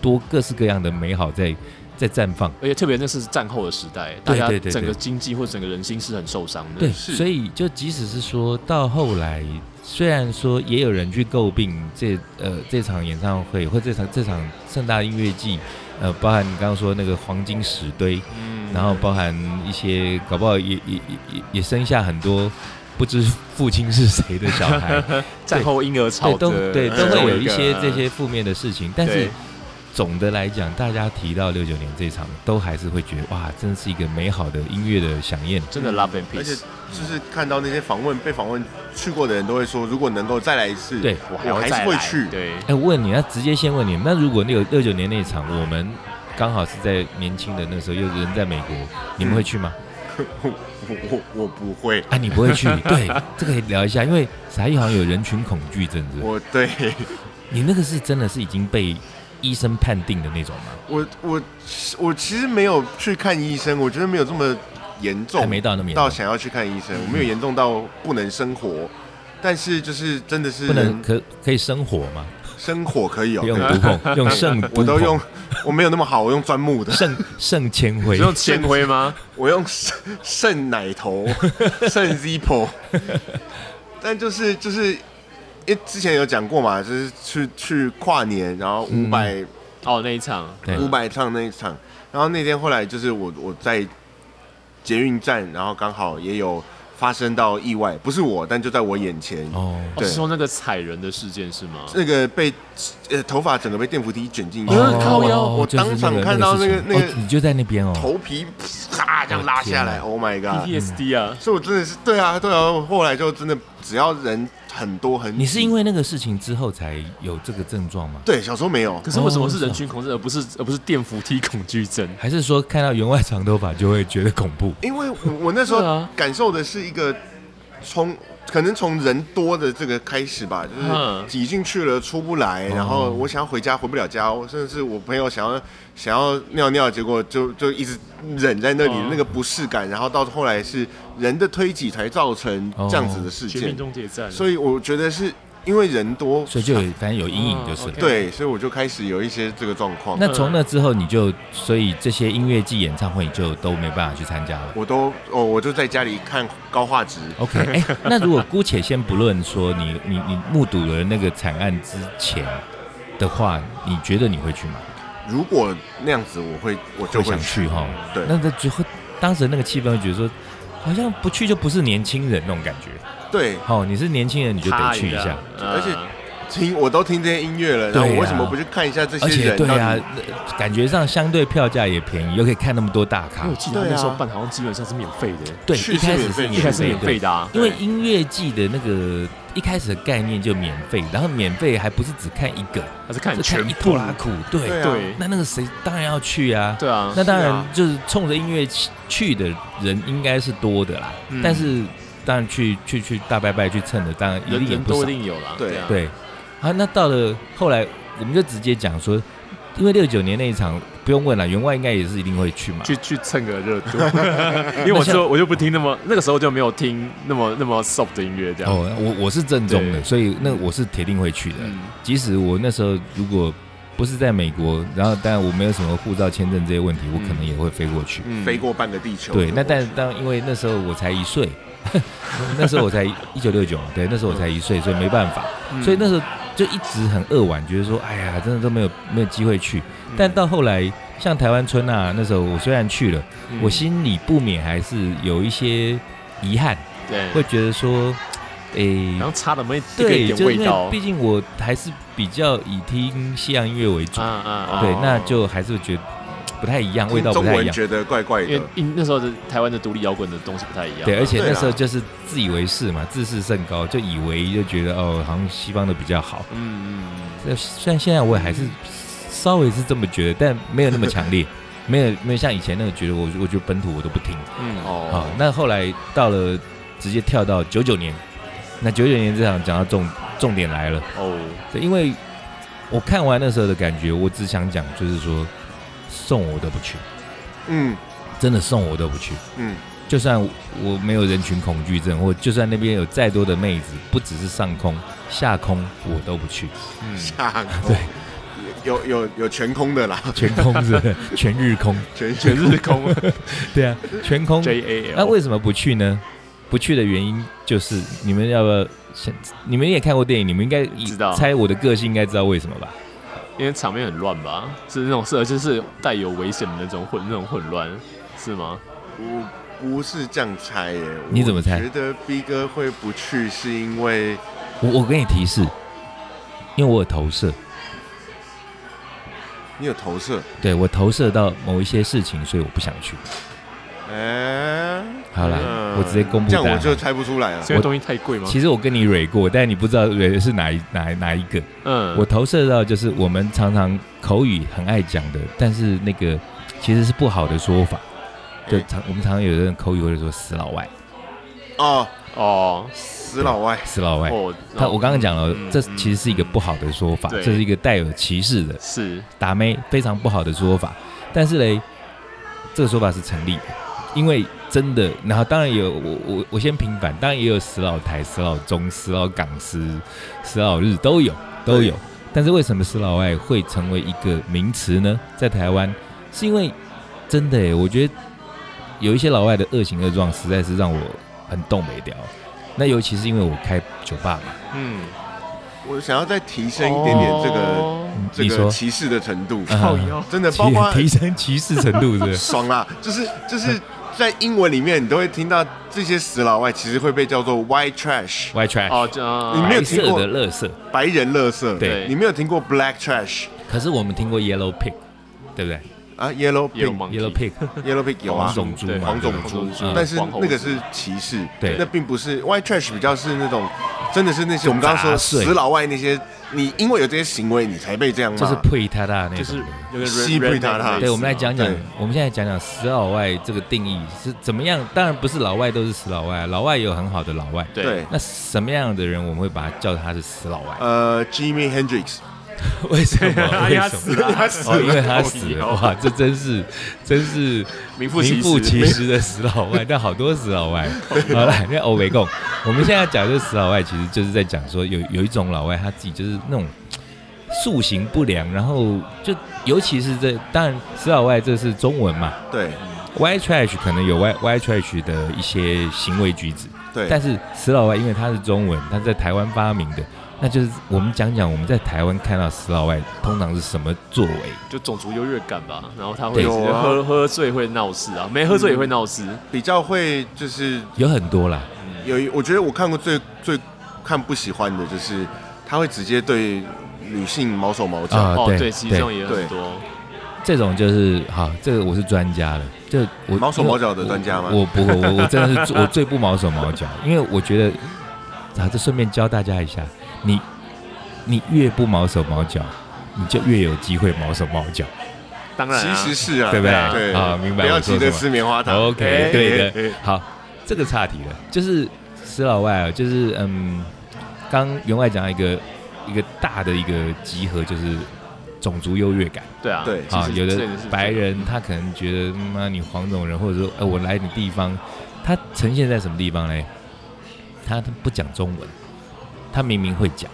S3: 多各式各样的美好在在绽放。
S2: 而且特别那是战后的时代，大
S3: 对
S2: 家
S3: 对对对
S2: 整个经济或整个人心是很受伤的。
S3: 对，
S1: 是
S3: 所以就即使是说到后来，虽然说也有人去诟病这呃这场演唱会或这场这场盛大音乐季，呃，包含你刚刚说那个黄金石堆，
S2: 嗯
S3: 然后包含一些搞不好也也也也也生下很多不知父亲是谁的小 孩，
S2: 战后婴儿潮
S3: 对，
S2: 的，
S3: 都对
S2: 嗯
S3: 都会有一
S2: 个
S3: 些这些负面的事情，但是
S2: 对
S3: 总的来讲，大家提到六九年这场，都还是会觉得哇，真是一个美好的音乐的响宴。
S1: 嗯
S2: 真的 love and
S1: 而且
S2: peace。
S1: 就是看到那些访问被访问去过的人都会说，如果能够再来一次，
S3: 对
S1: 我
S2: 要
S1: 还
S2: 再
S1: 是会
S2: 来
S1: 去。
S2: 对，
S3: 哎，我问你，那直接先问你，那如果那个六九年那场，我们刚好是在年轻的那时候，又人在美国，你
S2: 嗯
S3: 们会去吗？
S1: 我我我不会，
S3: 啊，你不会 去，对，这个可以聊一下，因为傻一好像有人群恐惧症，是不是？
S1: 我对
S3: 你那个是真的是已经被医生判定的那种吗？
S1: 我我我其实没有去看医生，我觉得没有这么严重，
S3: 还没到那么严重
S1: 到想要去看医生，我没有严重到不能生活，但是就是真的是
S3: 不能可可以生火吗？
S1: 生火可以哦、
S3: 不用毒碰，用圣毒
S1: 我都
S3: 汞
S1: 用，我没有那么好，我用钻木的，
S3: 圣圣千
S2: 你
S3: 灰。
S2: 用铅灰吗？
S1: 我用肾肾奶头，肾 Zippo，但就是就是，因为之前有讲过嘛，就是去去跨年，然后五
S3: 嗯
S1: 百
S2: 哦，那一场，
S3: 对
S1: 五百唱那一场，然后那天后来就是我我在捷运站，然后刚好也有发生到意外，不是我，但就在我眼前，
S3: 哦，
S2: 哦
S1: 对
S2: 是说那个踩人的事件是吗？
S1: 那个被呃头发整个被电扶梯卷进去，
S2: 呃靠腰
S3: 哦
S1: 我
S3: 就是
S1: 当场
S3: 那个
S1: 看到
S3: 那
S1: 那个那个
S3: 事情哦你就在那边哦，
S1: 头皮啪这样拉下来，Oh my
S3: 嗯
S1: god！
S2: PTSD 啊，
S1: 所以我真的是对啊，对啊，我后来就真的只要人很多很挤，
S3: 你是因为那个事情之后才有这个症状吗？
S1: 对小时候没有
S2: 可，是为什么是人群恐惧，而不是而不是电扶梯恐惧症？
S3: 还是说看到员外长头发就会觉得恐怖？
S1: 因为我我那时
S2: 对
S1: 候
S2: 啊
S1: 感受的是一个从可能从人多的这个开始吧，就是
S2: 嗯
S1: 挤进去了出不
S3: 哦
S1: 来，然后我想要回家回不了家，我甚至我朋友想要想要尿尿，结果就就一直忍在那里
S2: 哦
S1: 那个不适感，然后到后来是人的推挤才造成这样子
S3: 哦
S1: 的事
S2: 全
S1: 件
S2: 民，终结战，
S1: 所以我觉得是因为人多，
S3: 所以就有反正有阴影就是
S2: 哦
S3: 了。
S2: ，OK
S1: 对，所以我就开始有一些这个状况。
S3: 那从那之后，你就所以这些音乐季、演唱会你就都没办法去参加了。
S1: 我都哦，我就在家里看高画质。
S3: OK，哎、那如果姑且先不论说你你你目睹了那个惨案之前的话，你觉得你会去吗？
S1: 如果那样子，我会我就
S3: 会
S1: 会
S3: 想去哈。
S1: 对
S3: 那在最后当时那个气氛，会觉得说好像不去就不是年轻人那种感觉。
S1: 对，
S3: 哦，你是年轻人，你就得去一下。
S1: 而且
S2: 嗯
S1: 听我都听这些音乐了，然后
S3: 对啊
S1: 我为什么不去看一下这
S3: 而
S1: 些
S3: 且
S1: 人？
S3: 对
S1: 到底
S3: 啊，那感觉上相对票价也便宜，又可以看那么多大咖
S2: 哎因为我。记得他那时候办好像基本上是免费的，
S3: 对，啊
S1: 去
S3: 一开
S1: 是
S3: 始
S1: 免费的
S3: 是
S2: 一开始免
S3: 对
S2: 费的啊，
S3: 因为音乐季的那个一开始的概念就免费，然后免费还不是只看一个，
S2: 还是看
S3: 是
S2: 你全
S3: 看一
S2: 部
S3: 拖拉库。对，
S1: 对啊
S2: 对
S3: 那那个谁当然要去啊。
S2: 对啊，
S3: 那当
S1: 是
S3: 然
S1: 啊
S3: 就是冲着音乐去去的人应该是多的啦，
S2: 嗯
S3: 但是当然去去去大拜拜去蹭的，当然一
S2: 人
S3: 定也
S2: 人
S3: 不
S2: 都
S3: 少
S2: 一。定有啦，
S1: 对
S2: 啊，
S3: 对，啊，那到了后来，我们就直接讲说，因为六九年那一场不用问了，员外应该也是一定会去嘛。
S2: 去去蹭个热 度，因为我
S3: 那
S2: 就我就不听那么那个时候就没有听那么那么 soft 的音乐这样，
S3: 哦，我我是正宗的，
S2: 对
S3: 所以那我是铁定会去的。
S2: 嗯，
S3: 即使我那时候如果不是在美国，然后当然我没有什么护照、签证这些问题，我可能也会飞过去。
S2: 嗯
S1: 飞过半个地球。
S3: 对，那但当因为那时候我才一岁， 那时候我才一九六九，对，那时候我才一岁，所以没办法，
S2: 嗯
S3: 所以那时候就一直很扼腕，觉得说，哎呀，真的都没有没有机会去。
S2: 嗯
S3: 但到后来，像台湾村啊，那时候我虽然去了，
S2: 嗯
S3: 我心里不免还是有一些遗憾，
S2: 对
S3: 会觉得说，诶、
S2: 然后差那么一个一
S3: 对，
S2: 点
S3: 就是
S2: 味
S3: 因
S2: 道
S3: 为，毕竟我还是比较以听西洋音乐为主，
S2: 啊啊啊，
S3: 对
S1: 哦，
S3: 那就还是觉得不太一样，味
S1: 听
S3: 道不
S1: 中
S3: 太一
S1: 文
S3: 样。
S1: 觉得怪怪
S2: 因为
S1: 的。
S2: 因那时候的台湾的独立摇滚的东西不太一样，
S3: 对，而且
S1: 对啦
S3: 那时候就是自以为是嘛，自视甚高，就以为就觉得哦，好像西方的比较好。
S2: 嗯嗯
S3: 这虽然现在我也还是稍微是这么觉得，但没有那么强烈，没有没有像以前那个觉得我我觉得本土我都不听。
S2: 嗯哦，
S3: 好、
S1: 哦，
S3: 那后来到了直接跳到九九年，那九九年这场讲到重重点来了，
S2: 哦，
S3: 对，因为我看完那时候的感觉，我只想讲就是说，送我都不去，
S1: 嗯
S3: 真的送我都不去。
S1: 嗯，
S3: 就算我没有人群恐惧症，或就算那边有再多的妹子，不只是上空、下空，我都不去，
S2: 嗯，
S1: 下
S3: 对，
S1: 有有有全空的啦，
S3: 全空是不是全日空，
S1: 全
S2: 全日空
S3: 对啊，全空。
S2: J A L，
S1: 哎
S3: 那为什么不去呢？不去的原因就是你们要不要先？你们也看过电影，你们应该
S2: 知道
S3: 猜我的个性应该知道为什么吧？
S2: 因为场面很乱吧，是那种是而且是带有危险的那种混那种混乱，是吗？
S1: 我不是这样猜耶。我
S3: 你怎么猜
S1: 觉得 B 哥会不去是因为
S3: 我我给你提示，因为我有投射。
S1: 你有投射，
S3: 对我投射到某一些事情，所以我不想去。
S1: 哎、
S3: 好啦
S1: 嗯
S3: 我直接公布
S1: 这样
S3: 答
S1: 我
S3: 案
S1: 就猜不出来了。啊
S2: 因为东西太贵吗？
S3: 其实我跟你蕊过，但你不知道蕊是哪一哪哪一个。
S2: 嗯，
S3: 我投射到就是我们常常口语很爱讲的，但是那个其实是不好的说法。就
S1: 哎
S3: 常我们常常有人口语会说死老外，
S1: 哦，
S2: 哦
S1: 死老外，
S3: 死老外。
S2: 哦，
S3: 他我刚刚讲了
S2: 嗯，
S3: 这其实是一个不好的说法，
S2: 对
S3: 这是一个带有歧视的
S2: 是
S3: 打妹非常不好的说法。但是嘞，这个说法是成立的，因为真的，然后当然有我我我先平反，当然也有死老台、死老中、死老港、死死老日都有都有
S1: 对。
S3: 但是为什么死老外会成为一个名词呢？在台湾，是因为真的诶，我觉得有一些老外的恶行恶状，实在是让我很动没掉。那尤其是因为我开酒吧嘛，
S2: 嗯，
S1: 我想要再提升一点点这个、
S2: 哦
S3: 嗯
S1: 这
S3: 你
S1: 个
S3: 说
S1: 歧视的程度，哦
S3: 啊
S2: 靠 腰
S1: 真的包括
S3: 提提升歧视程度是不是？
S1: 爽啦，就是就是在英文里面，你都会听到这些死老外其实会被叫做 white trash，
S3: 外 trash，
S2: 哦，这样
S1: 你没有
S3: 白
S1: 听
S3: 色
S1: 过
S3: 的垃圾。
S1: 白人垃圾。
S2: 对
S1: 你没有听过 black trash
S3: 可是我们听过 yellow pig，对不对
S1: 啊？yellow
S2: 也有
S1: pig，yellow
S2: 盲
S3: ？yellow pig，
S1: pig 有啊
S3: 黄。种猪
S2: 对
S1: 嗯
S3: 嘛，嗯
S1: 黄种
S2: 黄
S1: 猪
S2: 种猪，
S1: 但是
S2: 黄猴
S1: 那个
S2: 子
S1: 是歧视，
S3: 对
S1: 那并不是 white trash，比较是那种，真的是那些我们刚刚说
S3: 杂碎
S1: 死老外那些，你因为有这些行为，你才被这样骂。
S3: 就是配他大那
S2: 就是
S3: 种。
S2: 有个
S1: 西贝塔塔
S3: 对，我们来讲讲
S1: 对，
S3: 我们现在讲讲死老外这个定义是怎么样。当然不是老外都是死老外，啊老外也有很好的老外。
S2: 对，
S3: 那什么样的人我们会把他叫他是死老外？
S1: 呃，Jimmy Hendrix，
S3: 为 什么？为
S2: 哎呀
S3: 什么？
S1: 他死
S3: 哦，因为
S1: 了，
S3: 他死了，哇，这真是真是
S2: 名副
S3: 名
S2: 其
S3: 副
S2: 实，
S3: 其实的死老外，但好多死老外。好了，那欧维共，我们现在讲这死老外，其实就是在讲说有有一种老外，他自己就是那种塑形不良，然后就尤其是这，当然死老外这是中文嘛
S1: 对
S3: ，Y trash 可能有 Y Y trash 的一些行为举止，
S1: 对
S3: 但是死老外因为他是中文，他在台湾发明的。那就是我们讲讲我们在台湾看到死老外通常是什么作为，
S2: 就种族优越感吧。然后他会
S3: 对嗯
S2: 直接
S1: 有啊
S2: 喝喝醉会闹事啊，没喝醉也会闹事。
S1: 比较会就是
S3: 有很多啦，
S1: 有一，我觉得我看过最最看不喜欢的就是他会直接对女性毛手毛脚，
S3: 啊
S2: 哦，
S3: 对
S2: 对，其实
S3: 对
S2: 这样也很多。
S3: 这种就是好，这个我是专家了，就我
S1: 毛手毛脚的专家吗
S3: 我我不会，我我真 的是我最不毛手毛脚，因为我觉得啊，这顺便教大家一下，你你越不毛手毛脚，你就越有机会毛手毛脚。
S2: 当然啊，
S1: 其实是啊，
S3: 对不对
S1: 对
S3: 啊明白
S1: 不要
S3: 我说
S1: 急着
S3: 什么哦
S1: 吃棉花糖。
S3: OK，、
S1: 哎
S3: 对
S1: 哎
S3: 的
S1: 哎，
S3: 好，这个岔题了，就是石老外啊，就是嗯，刚员外讲到一个一个大的一个集合，就是种族优越感。
S2: 对啊，
S1: 对
S2: 其
S3: 啊，
S2: 实
S3: 有
S2: 这
S3: 的
S2: 也是
S3: 白人他可能觉得妈你黄种人，或者说呃我来你地方，他呈现在什么地方嘞？他他不讲中文，他明明会讲，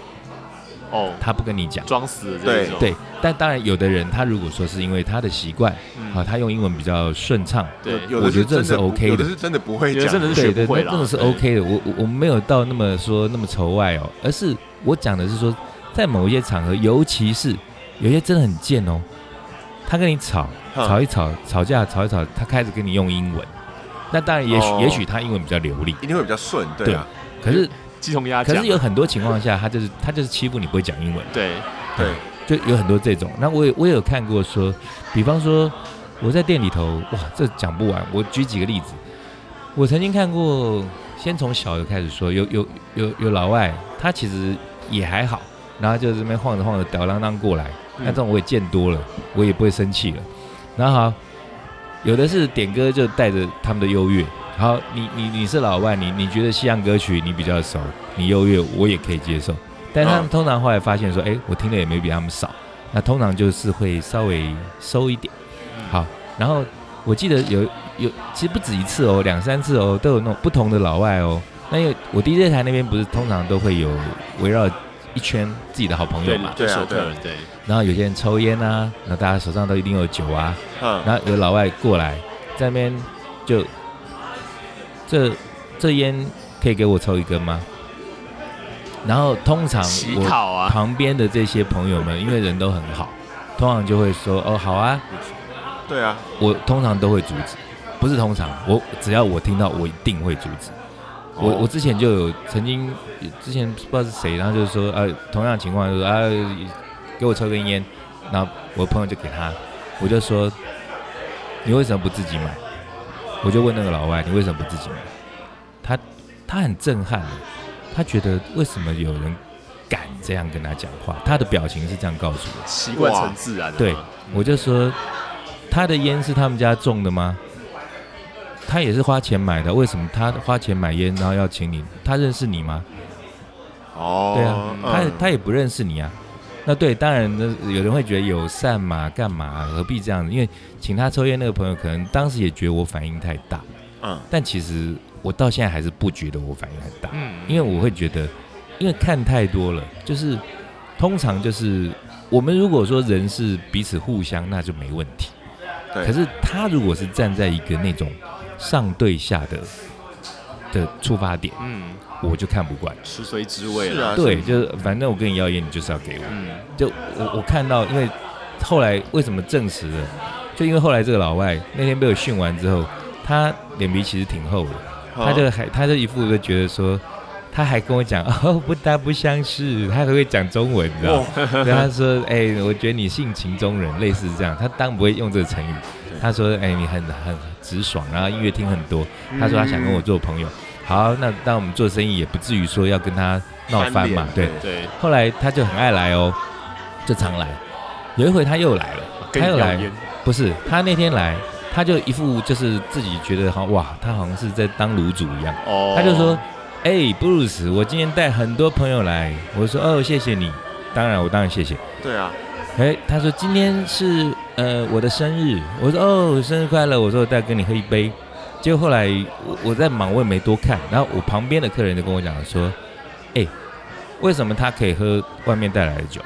S2: 哦，
S3: 他不跟你讲。
S2: 装死的这一种，
S3: 对，但当然有的人他如果说是因为他的习惯，
S2: 嗯
S3: 啊，他用英文比较顺畅，
S2: 对，
S1: 有的
S3: 我觉得
S1: 真的
S3: 这是
S1: 不
S3: OK 的
S1: 有的是真的不会
S2: 有的
S1: 讲，
S2: 真的是学
S3: 对
S2: 不会
S3: 对，那
S2: 啦，
S3: 真的是
S2: 对
S3: OK 的。我我我没有到那么说那么仇外哦，而是我讲的是说，在某一些场合，尤其是有些真的很贱哦，他跟你吵，
S1: 哼
S3: 吵一吵，吵架吵一吵，他开始跟你用英文。那当然也，许、
S1: 哦
S3: 也许他英文比较流利，
S1: 一定会比较顺，对啊，
S3: 可是
S2: 鸡同鸭
S3: 可
S2: 讲，啊
S3: 是有很多情况下，他就是他就是欺负你不会讲英文，
S2: 对
S1: 对，
S3: 就有很多这种。那我也我也有看过说，比方说我在店里头，哇，这讲不完。我举几个例子，我曾经看过，先从小的开始说，有有有有老外，他其实也还好，然后就这边晃着晃着，吊儿郎当过来，
S2: 嗯
S3: 那这种我也见多了，我也不会生气了。然后好，有的是点歌就带着他们的优越。好，你你你是老外，你你觉得西洋歌曲你比较熟，你优越我也可以接受。但他们
S1: 嗯
S3: 通常后来发现说，哎、我听的也没比他们少，那通常就是会稍微收一点。好，然后我记得有有，其实不止一次哦，两三次哦，都有那种不同的老外哦。那因为我 DJ 台那边不是通常都会有围绕一圈自己的好朋友
S2: 对
S3: 嘛，
S1: 对啊
S2: 手
S1: 对啊
S2: 客人对，
S3: 然后有些人抽烟啊，然后大家手上都一定有酒啊，
S1: 嗯，
S3: 然后有老外过来，在那边就这这烟可以给我抽一根吗？然后通常
S2: 乞
S3: 我
S2: 讨啊，
S3: 旁边的这些朋友们，因为人都很好，通常就会说哦好啊，
S1: 对啊，
S3: 我通常都会阻止，不是通常，我只要我听到，我一定会阻止。我
S1: 哦
S3: 我之前就有曾经，呃之前不知道是谁，然后就是说，呃，同样情况就是啊，给我抽根烟，然后我朋友就给他，我就说你为什么不自己买？我就问那个老外，你为什么不自己买？他他很震撼，他觉得为什么有人敢这样跟他讲话？他的表情是这样告诉我。
S2: 习惯成自然了嘛。啊
S3: 对，我就说他的烟是他们家种的吗？他也是花钱买的，为什么他花钱买烟，然后要请你？他认识你吗？
S1: 哦，
S3: 对啊，他
S1: 嗯
S3: 他也不认识你啊。那对，当然呢，有人会觉得友善嘛，干嘛何必这样子？因为请他抽烟那个朋友，可能当时也觉得我反应太大，
S1: 嗯
S3: 但其实我到现在还是不觉得我反应很大，
S2: 嗯
S3: 因为我会觉得，因为看太多了，就是通常就是我们如果说人是彼此互相，那就没问题。
S1: 对
S3: 可是他如果是站在一个那种上对下的的出发点，
S2: 嗯，
S3: 我就看不惯。
S2: 食髓知味
S1: 是
S2: 了。
S1: 啊，
S3: 对，
S1: 是
S3: 就是反正我跟你要烟，你就是要给我。
S2: 嗯，
S3: 就我我看到，因为后来为什么证实了，就因为后来这个老外那天被我训完之后，他脸皮其实挺厚的，
S1: 哦
S3: 他就还他就一副就觉得说，他还跟我讲 哦不搭不相识，他还会讲中文，
S2: 啊
S3: 你知道
S1: 哦
S3: 吗？对，他说哎、我觉得你性情中人，类似 这样，他当然不会用这个成语
S1: 对，
S3: 他说哎、你很很直爽，然后音乐听很多，
S1: 嗯
S3: 他说他想跟我做朋友，好，那那我们做生意也不至于说要跟他闹翻嘛，
S1: 翻脸
S3: 对。
S2: 对，
S3: 后来他就很爱来哦，就常来。有一回他又来了，
S2: 跟
S3: 他又
S2: 你要
S3: 来，
S2: 烟，
S3: 不是他那天来，他就一副就是自己觉得好哇，他好像是在当卤煮一样，
S2: 哦，
S3: 他就说：“哎、布鲁斯，我今天带很多朋友来。”我说：“哦，谢谢你，当然我当然谢谢。
S1: 对啊，”
S3: 哎，他说：“今天是呃我的生日。”我说：“哦，生日快乐！”我说：“我再跟你喝一杯。”结果后来我我在忙，我也没多看。然后我旁边的客人就跟我讲说：“哎、为什么他可以喝外面带来的酒？”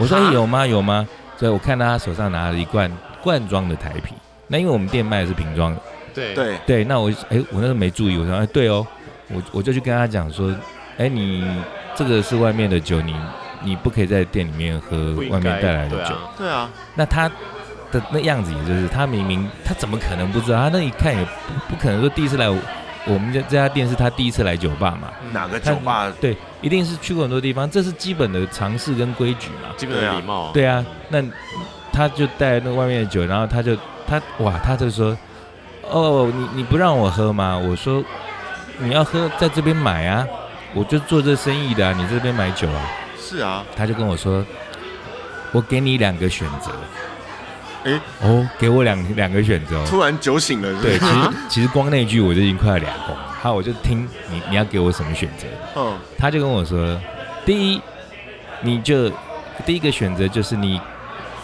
S3: 我说：“
S1: 哈
S3: 哎有吗？有吗？”所以我看到他手上拿了一罐罐装的台啤。那因为我们店卖的是瓶装的。
S2: 对，
S1: 对，
S3: 对，那我哎、我那时候没注意，我说哎、对哦，我我就去跟他讲说，哎、你这个是外面的酒，你你不可以在店里面喝
S2: 不应
S3: 外面
S2: 该
S3: 带来
S2: 对
S3: 的酒。
S2: 啊，
S1: 对啊，
S3: 那他的那样子，也就是他明明他怎么可能不知道？他那一看也不不可能说第一次来我我们家这家店是他第一次来酒吧嘛，
S2: 嗯
S1: 哪个酒吧
S3: 对，一定是去过很多地方，这是基本的常识跟规矩嘛。
S2: 基本的礼
S1: 哦
S2: 貌，
S3: 对啊，那他就带那外面的酒，然后他就他哇，他就说，哦，你你不让我喝吗？我说你要喝，在这边买啊，我就做这生意的、啊，你这边买酒啊。
S1: 是啊，
S3: 他就跟我说，我给你两个选择，
S1: 诶
S3: 哦，给我两两个选择哦、
S1: 突然酒醒了，是不
S3: 对，
S1: 是
S3: 其实其实光那句我就已经快要俩公，好，我就听你你要给我什么选择，
S1: 嗯，
S3: 他就跟我说，第一，你就第一个选择就是你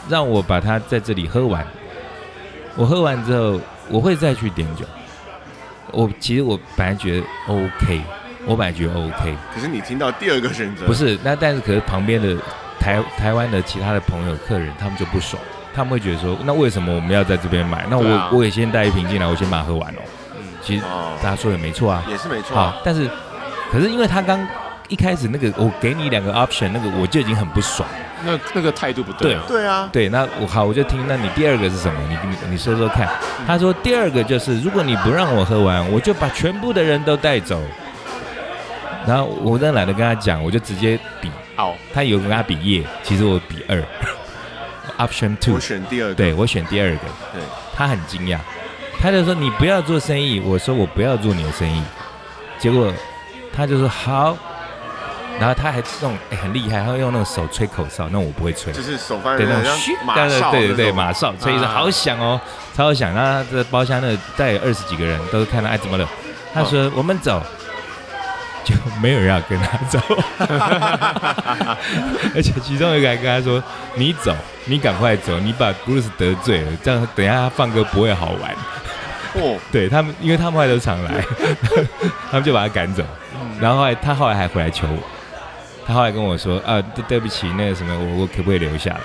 S3: 让我把它在这里喝完，我喝完之后我会再去点酒。我其实我本来觉得哦 OK，我本来觉得哦 OK，
S1: 可是你听到第二个选择，
S3: 不是那但是可是旁边的台台湾的其他的朋友客人他们就不爽，他们会觉得说那为什么我们要在这边买？那我、
S2: 对啊
S3: 我也先带一瓶进来，我先把它喝完哦。
S2: 嗯，
S3: 其实
S1: 哦，
S3: 大家说的没错啊，
S1: 也是没错
S3: 好
S1: 啊，，
S3: 但是可是因为他刚一开始那个我给你两个 option，那个我就已经很不爽。
S2: 那那个态度不对啊，
S1: 对啊，
S3: 对，那我好我就听，那你第二个是什么？你你你说说看。他说第二个就是，如果你不让我喝完，我就把全部的人都带走。然后我真的懒得跟他讲，我就直接比，
S2: 好，
S3: 他有跟他比耶，其实我比二 ，option two
S1: 我。选第二个，
S3: 对我选第二个，
S1: 对，
S3: 他很惊讶，他就说你不要做生意，我说我不要做你的生意，结果他就说好，然后他还弄、哎很厉害，他会用那种手吹口哨，那我不会吹，
S1: 就是手翻
S3: 对
S1: 人
S3: 那种
S1: 像
S3: 嘘，
S1: 马
S3: 对
S1: 哨
S3: 对
S1: 那
S3: 对对
S1: 种
S3: 马哨，吹一声
S2: 啊
S3: 好响哦，超响，然后他这包厢那大概有二十几个人都看到哎怎么了，
S1: 嗯
S3: 他说、我们走。就没有人要跟他走， 而且其中一个还跟他说：“你走，你赶快走，你把 Bruce 得罪了，这样等一下他放歌不会好玩。
S1: 哦，
S3: 对”他们，因为他们后来都常来，他们就把他赶走。
S1: 嗯
S3: 然后后来他后来还回来求我，他后来跟我说：“啊，对对不起，那个什么，我我可不可以留下来？”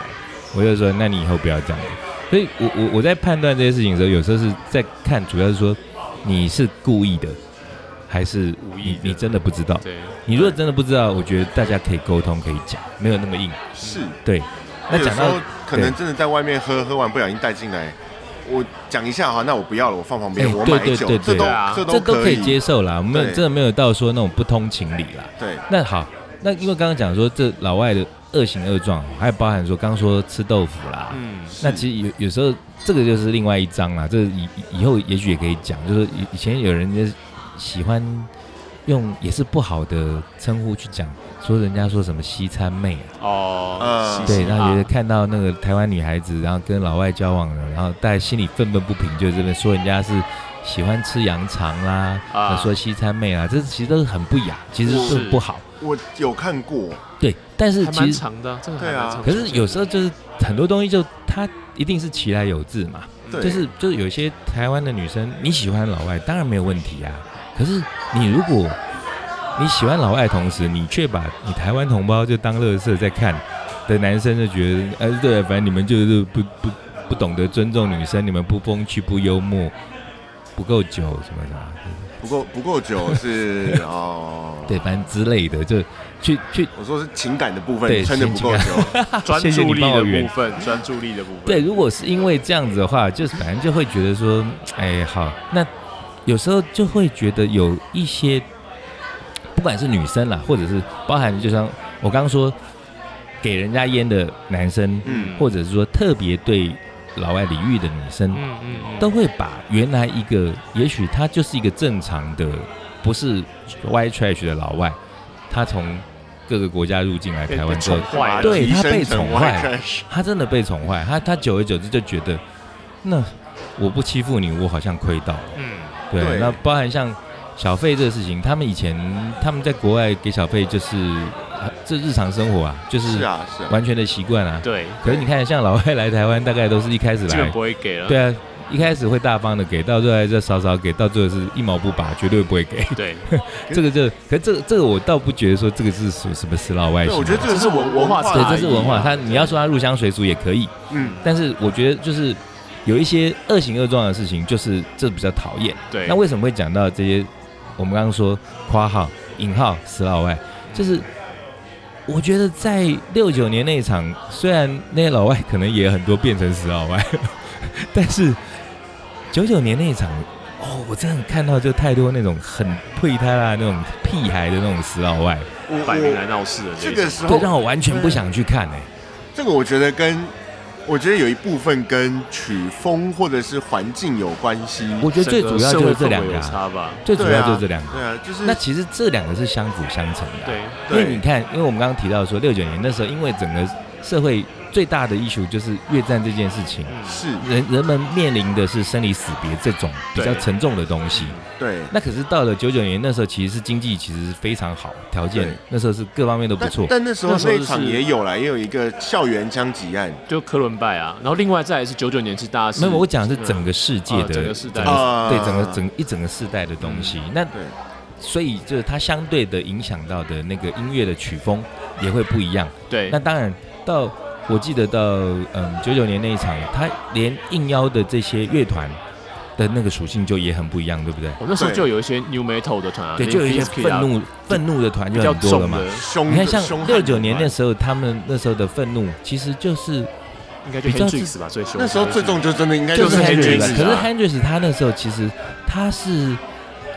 S3: 我就说：“那你以后不要这样子。”所以我我我在判断这些事情的时候，有时候是在看，主要是说你是故意的，还是
S2: 无意
S3: 你
S2: 的
S3: 你真的不知道。
S2: 对，
S3: 你如果真的不知道，我觉得大家可以沟通，可以讲，没有那么硬。
S1: 是。
S3: 对，那
S1: 有
S3: 讲
S1: 时
S3: 到
S1: 候可能真的在外面喝，喝完不小心带进来，我讲一下哈，那我不要了，我放旁边，
S3: 哎
S1: 我
S3: 对
S1: 买
S3: 对
S1: 酒
S3: 对，
S1: 这
S3: 对
S1: 都
S2: 对啊
S1: 这
S3: 这
S1: 都
S3: 都可以接受啦，没有
S1: 对
S3: 真的没有到说那种不通情理啦。
S1: 对
S3: 那好，那因为刚刚讲说这老外的恶行恶状，还包含说刚刚说吃豆腐啦，
S2: 嗯，
S3: 那其实有有时候这个就是另外一章啦，这以以以后也许也可以讲，就是以以前有人就是喜欢用也是不好的称呼去讲，说人家说什么西餐妹啊，
S2: 哦
S1: 呃，
S2: 嘻嘻
S3: 对，然后
S2: 哈
S3: 觉得看到那个台湾女孩子，然后跟老外交往了，然后大家心里愤愤不平，就这边说人家是喜欢吃羊肠啦，
S2: 啊
S3: 说西餐妹啦，这其实都是很不雅，其实都
S2: 是
S3: 很不好。
S1: 我有看过，
S3: 对，但是
S2: 还
S3: 其
S2: 蛮
S3: 实
S2: 长的啊，这个还
S1: 对啊
S2: 蛮长的。
S3: 可是有时候就是很多东西就它一定是其来有自嘛，
S1: 对，
S3: 嗯就是就是有些台湾的女生你喜欢老外，当然没有问题啊。可是你如果你喜欢老外的同时，你却把你台湾同胞就当乐色在看的男生就觉得，呃，对，反正你们就是不不不懂得尊重女生，你们不风趣、不幽默、不够久什么什啊么，
S2: 哦
S1: 不够不够久 是哦，
S3: 对，，反正之类的，就去去
S1: 我说是情感的部分
S3: 对
S1: 撑的不够久，
S2: 专
S3: 谢谢
S2: 注
S3: 你
S2: 力
S3: 帮我
S2: 的
S3: 圆
S2: 部分，专注力的部分，
S3: 嗯对，如果是因为这样子的话，就是反正就会觉得说，哎，好，那有时候就会觉得有一些，不管是女生啦，或者是包含就像我刚刚说，给人家烟的男生，
S1: 嗯，
S3: 或者是说特别对老外礼遇的女生，
S2: 嗯嗯嗯，
S3: 都会把原来一个，也许他就是一个正常的，不是 white trash 的老外，他从各个国家入境来
S2: 被
S3: 台湾
S2: 被
S3: 之后
S2: 宠， 坏了，
S3: 对
S1: 提
S3: 他
S1: 升
S3: 被
S1: 成
S3: 宠
S1: white
S3: 坏
S1: trash
S3: 他真的被宠坏，他他久而久之就觉得，那我不欺负你，我好像亏到了。
S2: 嗯，
S3: 对，
S1: 对
S3: 那包含像小费这个事情，他们以前他们在国外给小费就是啊这日常生活啊，就是
S1: 是啊是啊，
S3: 完全的习惯啊。
S2: 对，
S3: 可是你看，像老外来台湾，大概都是一开始
S2: 基本
S3: 来
S2: 不，会给了，
S3: 对啊，一开始会大方的给，到最后还是少少给，到最后是一毛不拔，绝对不会给。
S2: 对，
S3: 这个就，可这个这个我倒不觉得说这个是什么什么死老外
S1: 对，
S3: 行为，
S1: 我觉得这个是文
S2: 文化
S1: 差
S3: 对，
S1: 异
S3: 这是文化。
S2: 啊
S3: 他你要说他入乡随俗也可以，
S1: 嗯，
S3: 但是我觉得就是有一些恶行恶状的事情，就是这比较讨厌。
S2: 对，
S3: 那为什么会讲到这些？我们刚刚说括号、引号、死老外，就是我觉得在六九年那一场，虽然那些老外可能也很多变成死老外， 但是九九年那一场，哦，我真的看到就太多那种很配他啦、那种屁孩的那种死老外，
S1: 我
S2: 摆明
S1: 我
S2: 来闹事的
S1: 这
S2: 一
S1: 个
S2: 种
S1: 时
S3: 对，
S1: 候
S3: 让我完全不想去看哎、
S1: 这个我觉得跟，我觉得有一部分跟曲风或者是环境有关系。
S3: 我觉得最主要就是这两
S2: 整社会氛围
S3: 个、
S2: 有
S3: 啊，
S2: 差吧，
S3: 最主要就是这两个。
S1: 对啊，就是
S3: 那其实这两个是相辅相成的啊、
S2: 对，
S3: 因为你
S1: 对
S3: 看，因为我们刚刚提到说，六九年那时候，因为整个社会最大的艺术就是越战这件事情，
S2: 嗯，
S1: 是，
S3: 人人们面临的是生离死别这种比较
S2: 对
S3: 沉重的东西。
S2: 嗯
S1: 对，
S3: 那可是到了九九年那时候，其实是经济其实是非常好，条件
S1: 对
S3: 那时候是各方面都不
S1: 但
S3: 错。
S1: 但那时候
S2: 那时候
S1: 那
S2: 就是
S1: 场也有啦，也有一个校园枪击案，
S2: 就科伦拜啊，然后另外再来是九九年是大家是，
S3: 没有，我讲的是整个世界
S2: 啊
S3: 的
S2: 整个世代嗯
S3: 整
S1: 啊
S3: 对整个整一整个世代的东西。那
S1: 对
S3: 所以就是它相对的影响到的那个音乐的曲风也会不一样。
S2: 对
S3: 那，当然，到我记得到嗯九九年那一场，他连应邀的这些乐团的那个属性就也很不一样，对不对？
S2: 我那时候
S1: 对
S2: 就有一些 new metal 的团啊，
S3: 对，就有一些
S2: Limp Bizkit
S3: 愤
S2: 啊
S3: 怒愤怒的团
S2: 比
S3: 就
S2: 较
S3: 很多了
S2: 重
S3: 嘛
S2: 的。，
S1: 凶，
S3: 你看，像
S1: 凶悍
S3: 六九年
S1: 的
S3: 那时候，他们那时候的愤怒，其实就是
S2: 应该就
S3: 比较是
S2: Hendrix 吧，最凶的
S1: 那时候最重就真的应该
S2: 就是
S1: 是
S2: Hendrix
S1: 军子
S3: Hendrix 了。
S2: 啊
S3: 可是 Hendrix 他那时候其实他是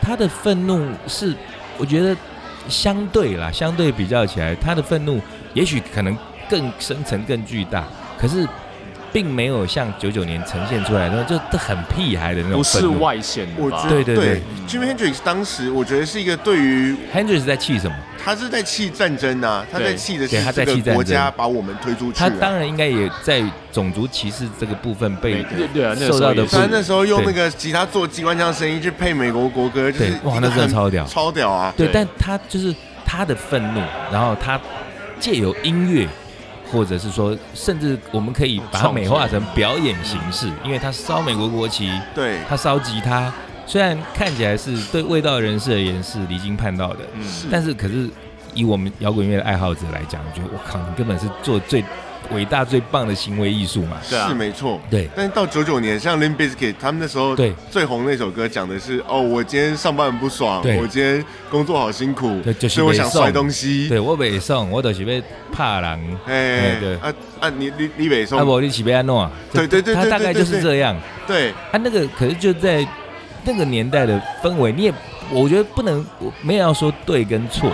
S3: 他的愤怒是，我觉得相对啦，相对比较起来，他的愤怒也许可能更深层、更巨大，可是并没有像九九年呈现出来的，就很屁孩的那种
S2: 不
S3: 愤
S2: 是
S3: 怒。
S2: 外显的
S1: 我
S2: 吧
S1: 觉得？
S3: 对对对
S1: Jimi Hendrix 当时我觉得是一个对于
S3: Hendrix 在气什么？
S1: 他是在气战争呐，他在气的
S3: 对
S1: 是
S3: 他
S1: 这
S3: 在气
S1: 个
S3: 战
S1: 国
S3: 争
S1: 家把我们推出去
S3: 他
S1: 啊。
S3: 当然应该也在种族歧视这个部分被
S2: 对对啊，那个
S3: 受
S2: 时
S3: 到
S2: 候
S3: 的
S2: 也
S3: 不
S2: 是
S1: 他那时候用那个吉他做机关枪声音去配美国国歌，就是
S3: 对哇，那真的
S1: 很
S3: 超屌。
S1: 超屌啊！
S3: 对，
S2: 对
S3: 但他就是他的愤怒，然后他借由音乐，或者是说，甚至我们可以把它
S2: 创作
S3: 美化成表演形式，因为他烧美国国旗，
S1: 对，
S3: 他烧吉他，虽然看起来是对味道人士而言是离经叛道的，
S2: 嗯
S1: 是
S3: 但是可是以我们摇滚乐的爱好者来讲，我觉得我靠，你根本是做最伟大、最棒的行为艺术嘛。
S2: 对啊
S1: 是没错。
S3: 对
S1: 但是到九九年，像 Limp Bizkit 他们那时候
S3: 对
S1: 最红那首歌讲的是哦，我今天上班很不爽，
S3: 对
S1: 我今天工作好辛苦
S3: 对，就是
S1: 所以我
S3: 被
S1: 想
S3: 送
S1: 摔东西。
S3: 对我北宋，我都是被怕狼，
S1: 哎
S3: 哎对
S1: 啊啊，你你你北
S3: 阿
S1: 宋
S3: 伯你起被安诺，
S1: 对对对
S3: 他
S1: 对
S3: 大概
S1: 对
S3: 就是
S1: 对
S3: 这样。
S1: 对
S3: 啊，那个可是就在那个年代的氛围，你也我觉得不能，我没有要说对跟错，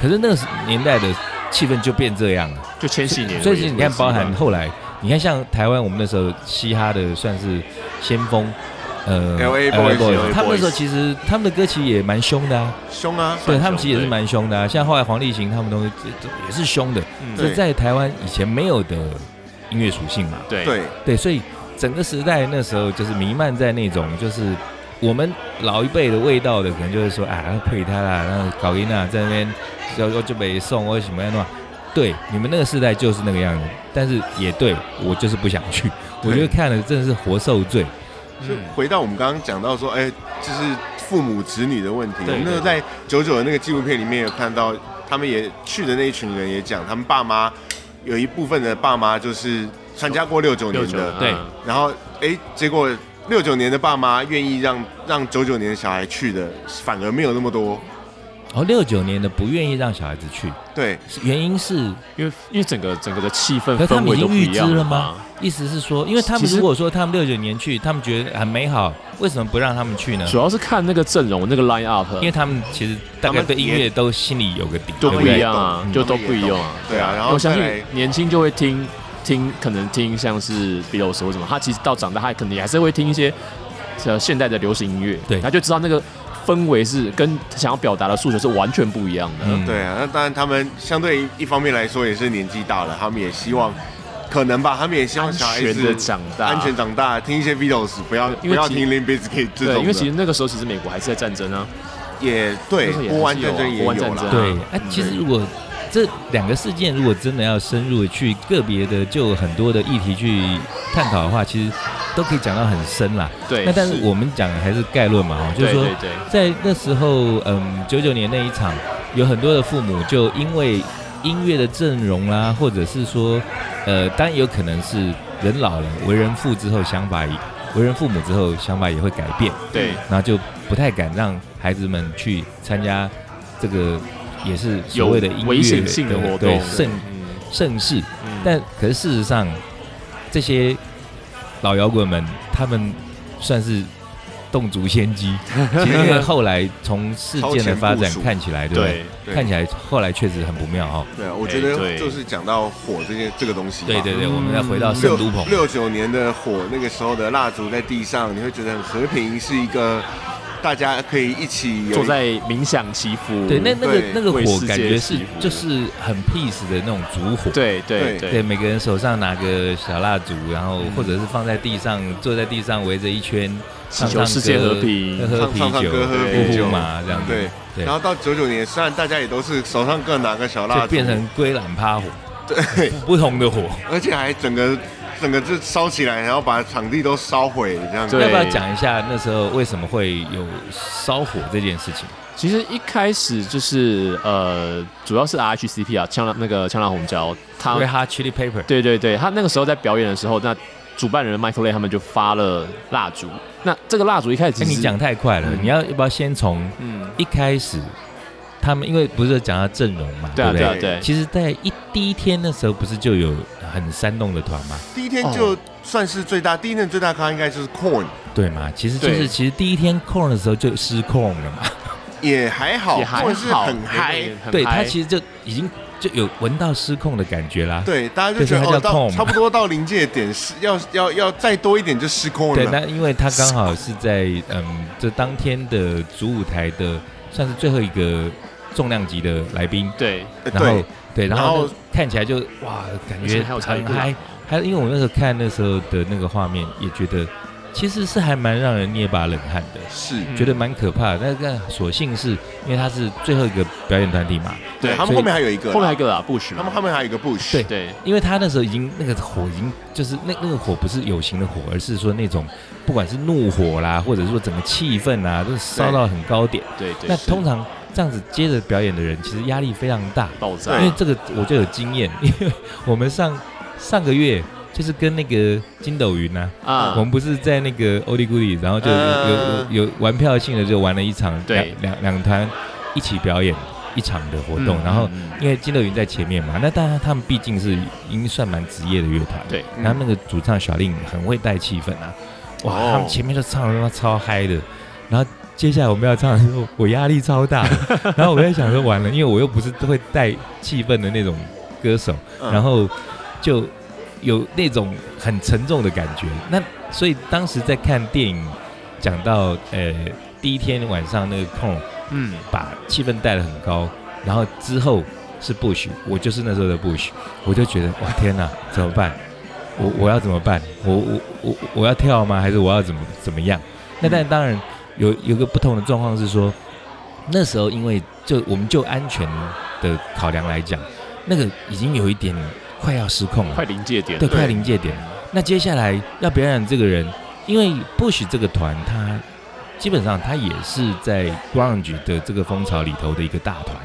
S3: 可是那个年代的气氛就变这样了。
S2: 就千禧年，
S3: 所以其实你看，包含后来，你看像台湾，我们那时候嘻哈的算是先锋，呃
S1: LA Boys，
S3: 他们那时候其实他们的歌其实也蛮凶的啊，
S1: 凶啊，
S3: 对他们其实也是蛮凶的啊。像后来黄立行他们东西这这也是凶的，
S1: 对
S3: 这是在台湾以前没有的音乐属性嘛。
S2: 对
S1: 对，
S3: 对，所以整个时代那时候就是弥漫在那种就是我们老一辈的味道的，可能就是说啊，配他啦，然后搞音啊，在那边要要就北送或者什么样的话，对，你们那个时代就是那个样子，但是也对我就是不想去，我觉得看了真的是活受罪，
S1: 就回到我们刚刚讲到说，哎、就是父母子女的问题。
S2: 对
S1: 我们那个
S2: 对
S1: 在九九的那个纪录片里面有看到，他们也去的那一群人也讲，他们爸妈有一部分的爸妈就是参加过六九
S2: 六
S1: 年
S2: 九
S1: 的，
S2: 对
S3: 嗯
S1: 然后哎、结果六九年的爸妈愿意让让九九年的小孩去的，反而没有那么多。
S3: 然后六九年的不愿意让小孩子去，
S1: 对，
S3: 是原因是
S2: 因为因为整个整个的气氛
S3: 可是他
S2: 氛
S3: 们已
S2: 围都
S3: 经
S2: 不
S3: 预
S2: 一
S3: 知
S2: 样
S3: 了
S2: 嘛
S3: 吗？？意思是说，因为他
S2: 其
S3: 们
S2: 实
S3: 如果说他们六九年去，他们觉得很美好，为什么不让他们去呢？
S2: 主要是啊看那个阵容，那个 line up，
S3: 因为他们其实大概对音乐都心里有个底，
S2: 都
S3: 对
S2: 不
S3: 对
S2: 一样啊，
S3: 嗯
S2: 就都不一样啊。
S1: 对啊，然后
S2: 我相
S1: 再来
S2: 信年轻就会听听，可能听像是 Beatles 或什么，他其实到长大，他可能也还是会听一些呃现代的流行音乐，
S3: 对
S2: 他就知道那个氛围是跟想要表达的诉求是完全不一样的。
S3: 嗯
S1: 对啊，那当然他们相对一方面来说也是年纪大了，他们也希望，可能吧，他们也希望
S2: 安
S1: 小孩
S2: 全
S1: 子
S2: 的长大，
S1: 安全长大，听一些 Beatles，不要
S2: 因为
S1: 不要
S2: 其
S1: 听 Limp Bizkit 这种
S2: 对，
S1: 的，
S2: 因为其实那个时候其实美国还是在战争啊，
S1: 也对
S2: 那时候，也
S1: 波湾
S2: 还是有
S1: 战
S2: 啊
S1: 争也
S2: 波
S1: 有
S2: 湾战
S1: 啦
S2: 争，
S3: 对，
S2: 啊
S3: 哎、
S2: 嗯
S3: 其实如果这两个事件如果真的要深入地去个别的就很多的议题去探讨的话，其实都可以讲到很深啦。
S2: 对，
S3: 那但是
S1: 是
S3: 我们讲的还是概论嘛，哦，就是
S2: 对
S3: 说
S2: 对对，
S3: 在那时候，嗯，九九年那一场，有很多的父母就因为音乐的阵容啦、或者是说，呃，当然有可能是人老了，为人父之后想法也，为人父母之后想法也会改变。
S2: 对，
S3: 然后就不太敢让孩子们去参加这个也是所谓的音乐
S2: 危险性的活
S3: 对
S2: 动，
S3: 盛
S2: 嗯
S3: 盛世。
S2: 嗯
S3: 但可是事实上，这些老摇滚们他们算是动足先机，其实因为后来从事件的发
S1: 超前
S3: 展
S1: 部署
S3: 看起来，对不对？
S2: 对
S1: 对
S3: 看起来后来确实很不妙哦哈。
S1: 对啊，我
S2: 哎
S1: 觉得
S2: 对
S1: 就是讲到火这件这个东西嘛，
S3: 对对对，
S2: 嗯
S3: 我们要回到圣
S1: 六
S3: 都棚，
S1: 六九年的火，那个时候的蜡烛在地上，你会觉得很和平，是一个大家可以一起有
S2: 坐在冥想祈福，
S3: 对，那那个
S1: 对
S3: 那个
S2: 为
S3: 火
S2: 世界
S3: 感觉
S2: 祈
S3: 是
S2: 福
S3: 就是很 peace 的那种烛火，
S2: 对对
S1: 对
S3: 对，每个人手上拿个小蜡烛，然后或者是放在地上，坐在地上围着一圈，
S2: 祈
S3: 唱
S2: 求
S3: 唱
S2: 世界
S3: 歌呃
S2: 和平
S3: 喝喝
S1: 唱
S3: 啤
S1: 唱唱
S3: 酒，
S1: 歌喝
S2: 啤
S3: 呼
S1: 酒
S3: 呼嘛这样子，
S1: 对
S3: 对
S1: 然，后到九九年，虽然大家也都是手上各拿个小蜡
S3: 就
S1: 烛，
S3: 变成归懒趴火，
S1: 对，
S3: 不同的火。
S1: 而且还整个整个就烧起来，然后把场地都烧毁这样子。
S2: 对
S3: 要不要讲一下那时候为什么会有烧火这件事情？
S2: 其实一开始就是呃，主要是 RHCP 啊，呛辣那个呛辣红椒，他
S3: 因为它 Chili Paper
S2: 对对对，他那个时候在表演的时候，那主办人 Michael Lay 他们就发了蜡烛。那这个蜡烛一开始其
S3: 哎，
S2: 实
S3: 你讲，太快了，
S2: 嗯
S3: 你要要不要先从
S2: 嗯，
S3: 一开始？他们因为不是讲到阵容嘛，
S2: 对啊
S3: 不
S2: 对啊
S1: 对
S2: 对，
S3: 其实，在一第一天那时候，不是就有很煽动的团吗？
S1: 第一天
S3: 哦
S1: 就算是最大，第一天最大咖应该就是 Corn，
S3: 对嘛？其实就
S2: 对
S3: 是其实第一天 corn 的时候就失控了嘛，
S1: 也还好
S2: 也还
S1: c o r n 是
S2: 好，
S1: 很嗨，，
S3: 对他
S2: 实
S3: 其实就已经就有闻到失控的感觉啦。
S1: 对，大家就觉得
S3: 对所以它
S1: 哦，
S3: 叫
S1: 到
S3: Korn
S1: 差不多到临界点是要要要再多一点就失控
S3: 对，
S1: 了。
S3: 那因为他刚好是在嗯，这当天的主舞台的算是最后一个重量级的来宾，
S2: 对，
S1: 呃
S3: 然后
S1: 对，
S3: 对，然
S1: 然后
S3: 后呢看起来就哇，感
S2: 而且
S3: 觉
S2: 还有才
S3: 很
S2: 歌
S3: 嗨。还有因为我那时候看那时候的那个画面，也觉得其实是还蛮让人捏把冷汗的。
S1: 是，
S2: 嗯
S3: 觉得蛮可怕的，但但所幸是因为他是最后一个表演团体嘛，
S1: 对
S2: 对
S1: 他们
S3: 所以
S1: 后面还有一个啦，
S2: 后面还有一个啊，布什，
S1: 他们后面还有一个 Bush，
S3: 对
S2: 对
S3: 因为他那时候已经那个火已经就是那那个火不是有形的火，而是说那种不管是怒火啦，或者说整个气氛啊，都烧到很高点。
S2: 对对，
S3: 那
S2: 是
S3: 通常这样子接着表演的人，其实压力非常大，
S2: 爆炸
S1: 对
S3: 因为这个我就有经验， 因为我们上上个月就是跟那个筋斗云呐、
S2: 啊
S3: 我，们不是在那个欧利古里，然后就有
S1: 嗯
S3: 有有有玩票性的就玩了一场，
S2: 对
S3: 两两两团一起表演一场的活动，然后
S2: 嗯嗯
S3: 因为金乐云在前面嘛，那当然他们毕竟是已经算蛮职业的乐团，
S2: 对，
S1: 嗯
S3: 然后那个主唱小令很会带气氛啊，哇，
S1: 哦
S3: 他们前面就唱的他妈超嗨的，然后接下来我们要唱的时候，我压力超大， 然后我在想说完了，因为我又不是会带气氛的那种歌手，
S1: 嗯
S3: 然后就有那种很沉重的感觉。那所以当时在看电影，讲到呃第一天晚上那个空
S2: 嗯，
S3: 把气氛带得很高，然后之后是 Bush，我就是那时候的 Bush，我就觉得哇天哪，怎么办？我我要怎么办？我我我我要跳吗？还是我要怎么怎么样？那但当然有有个不同的状况是说，那时候因为就我们就安全的考量来讲，那个已经有一点快要失控了，
S2: 快临界点，
S3: 对，
S1: 对
S3: 快临界点。那接下来要表演这个人，因为 Bush 这个团，他基本上他也是在 grunge 的这个风潮里头的一个大团，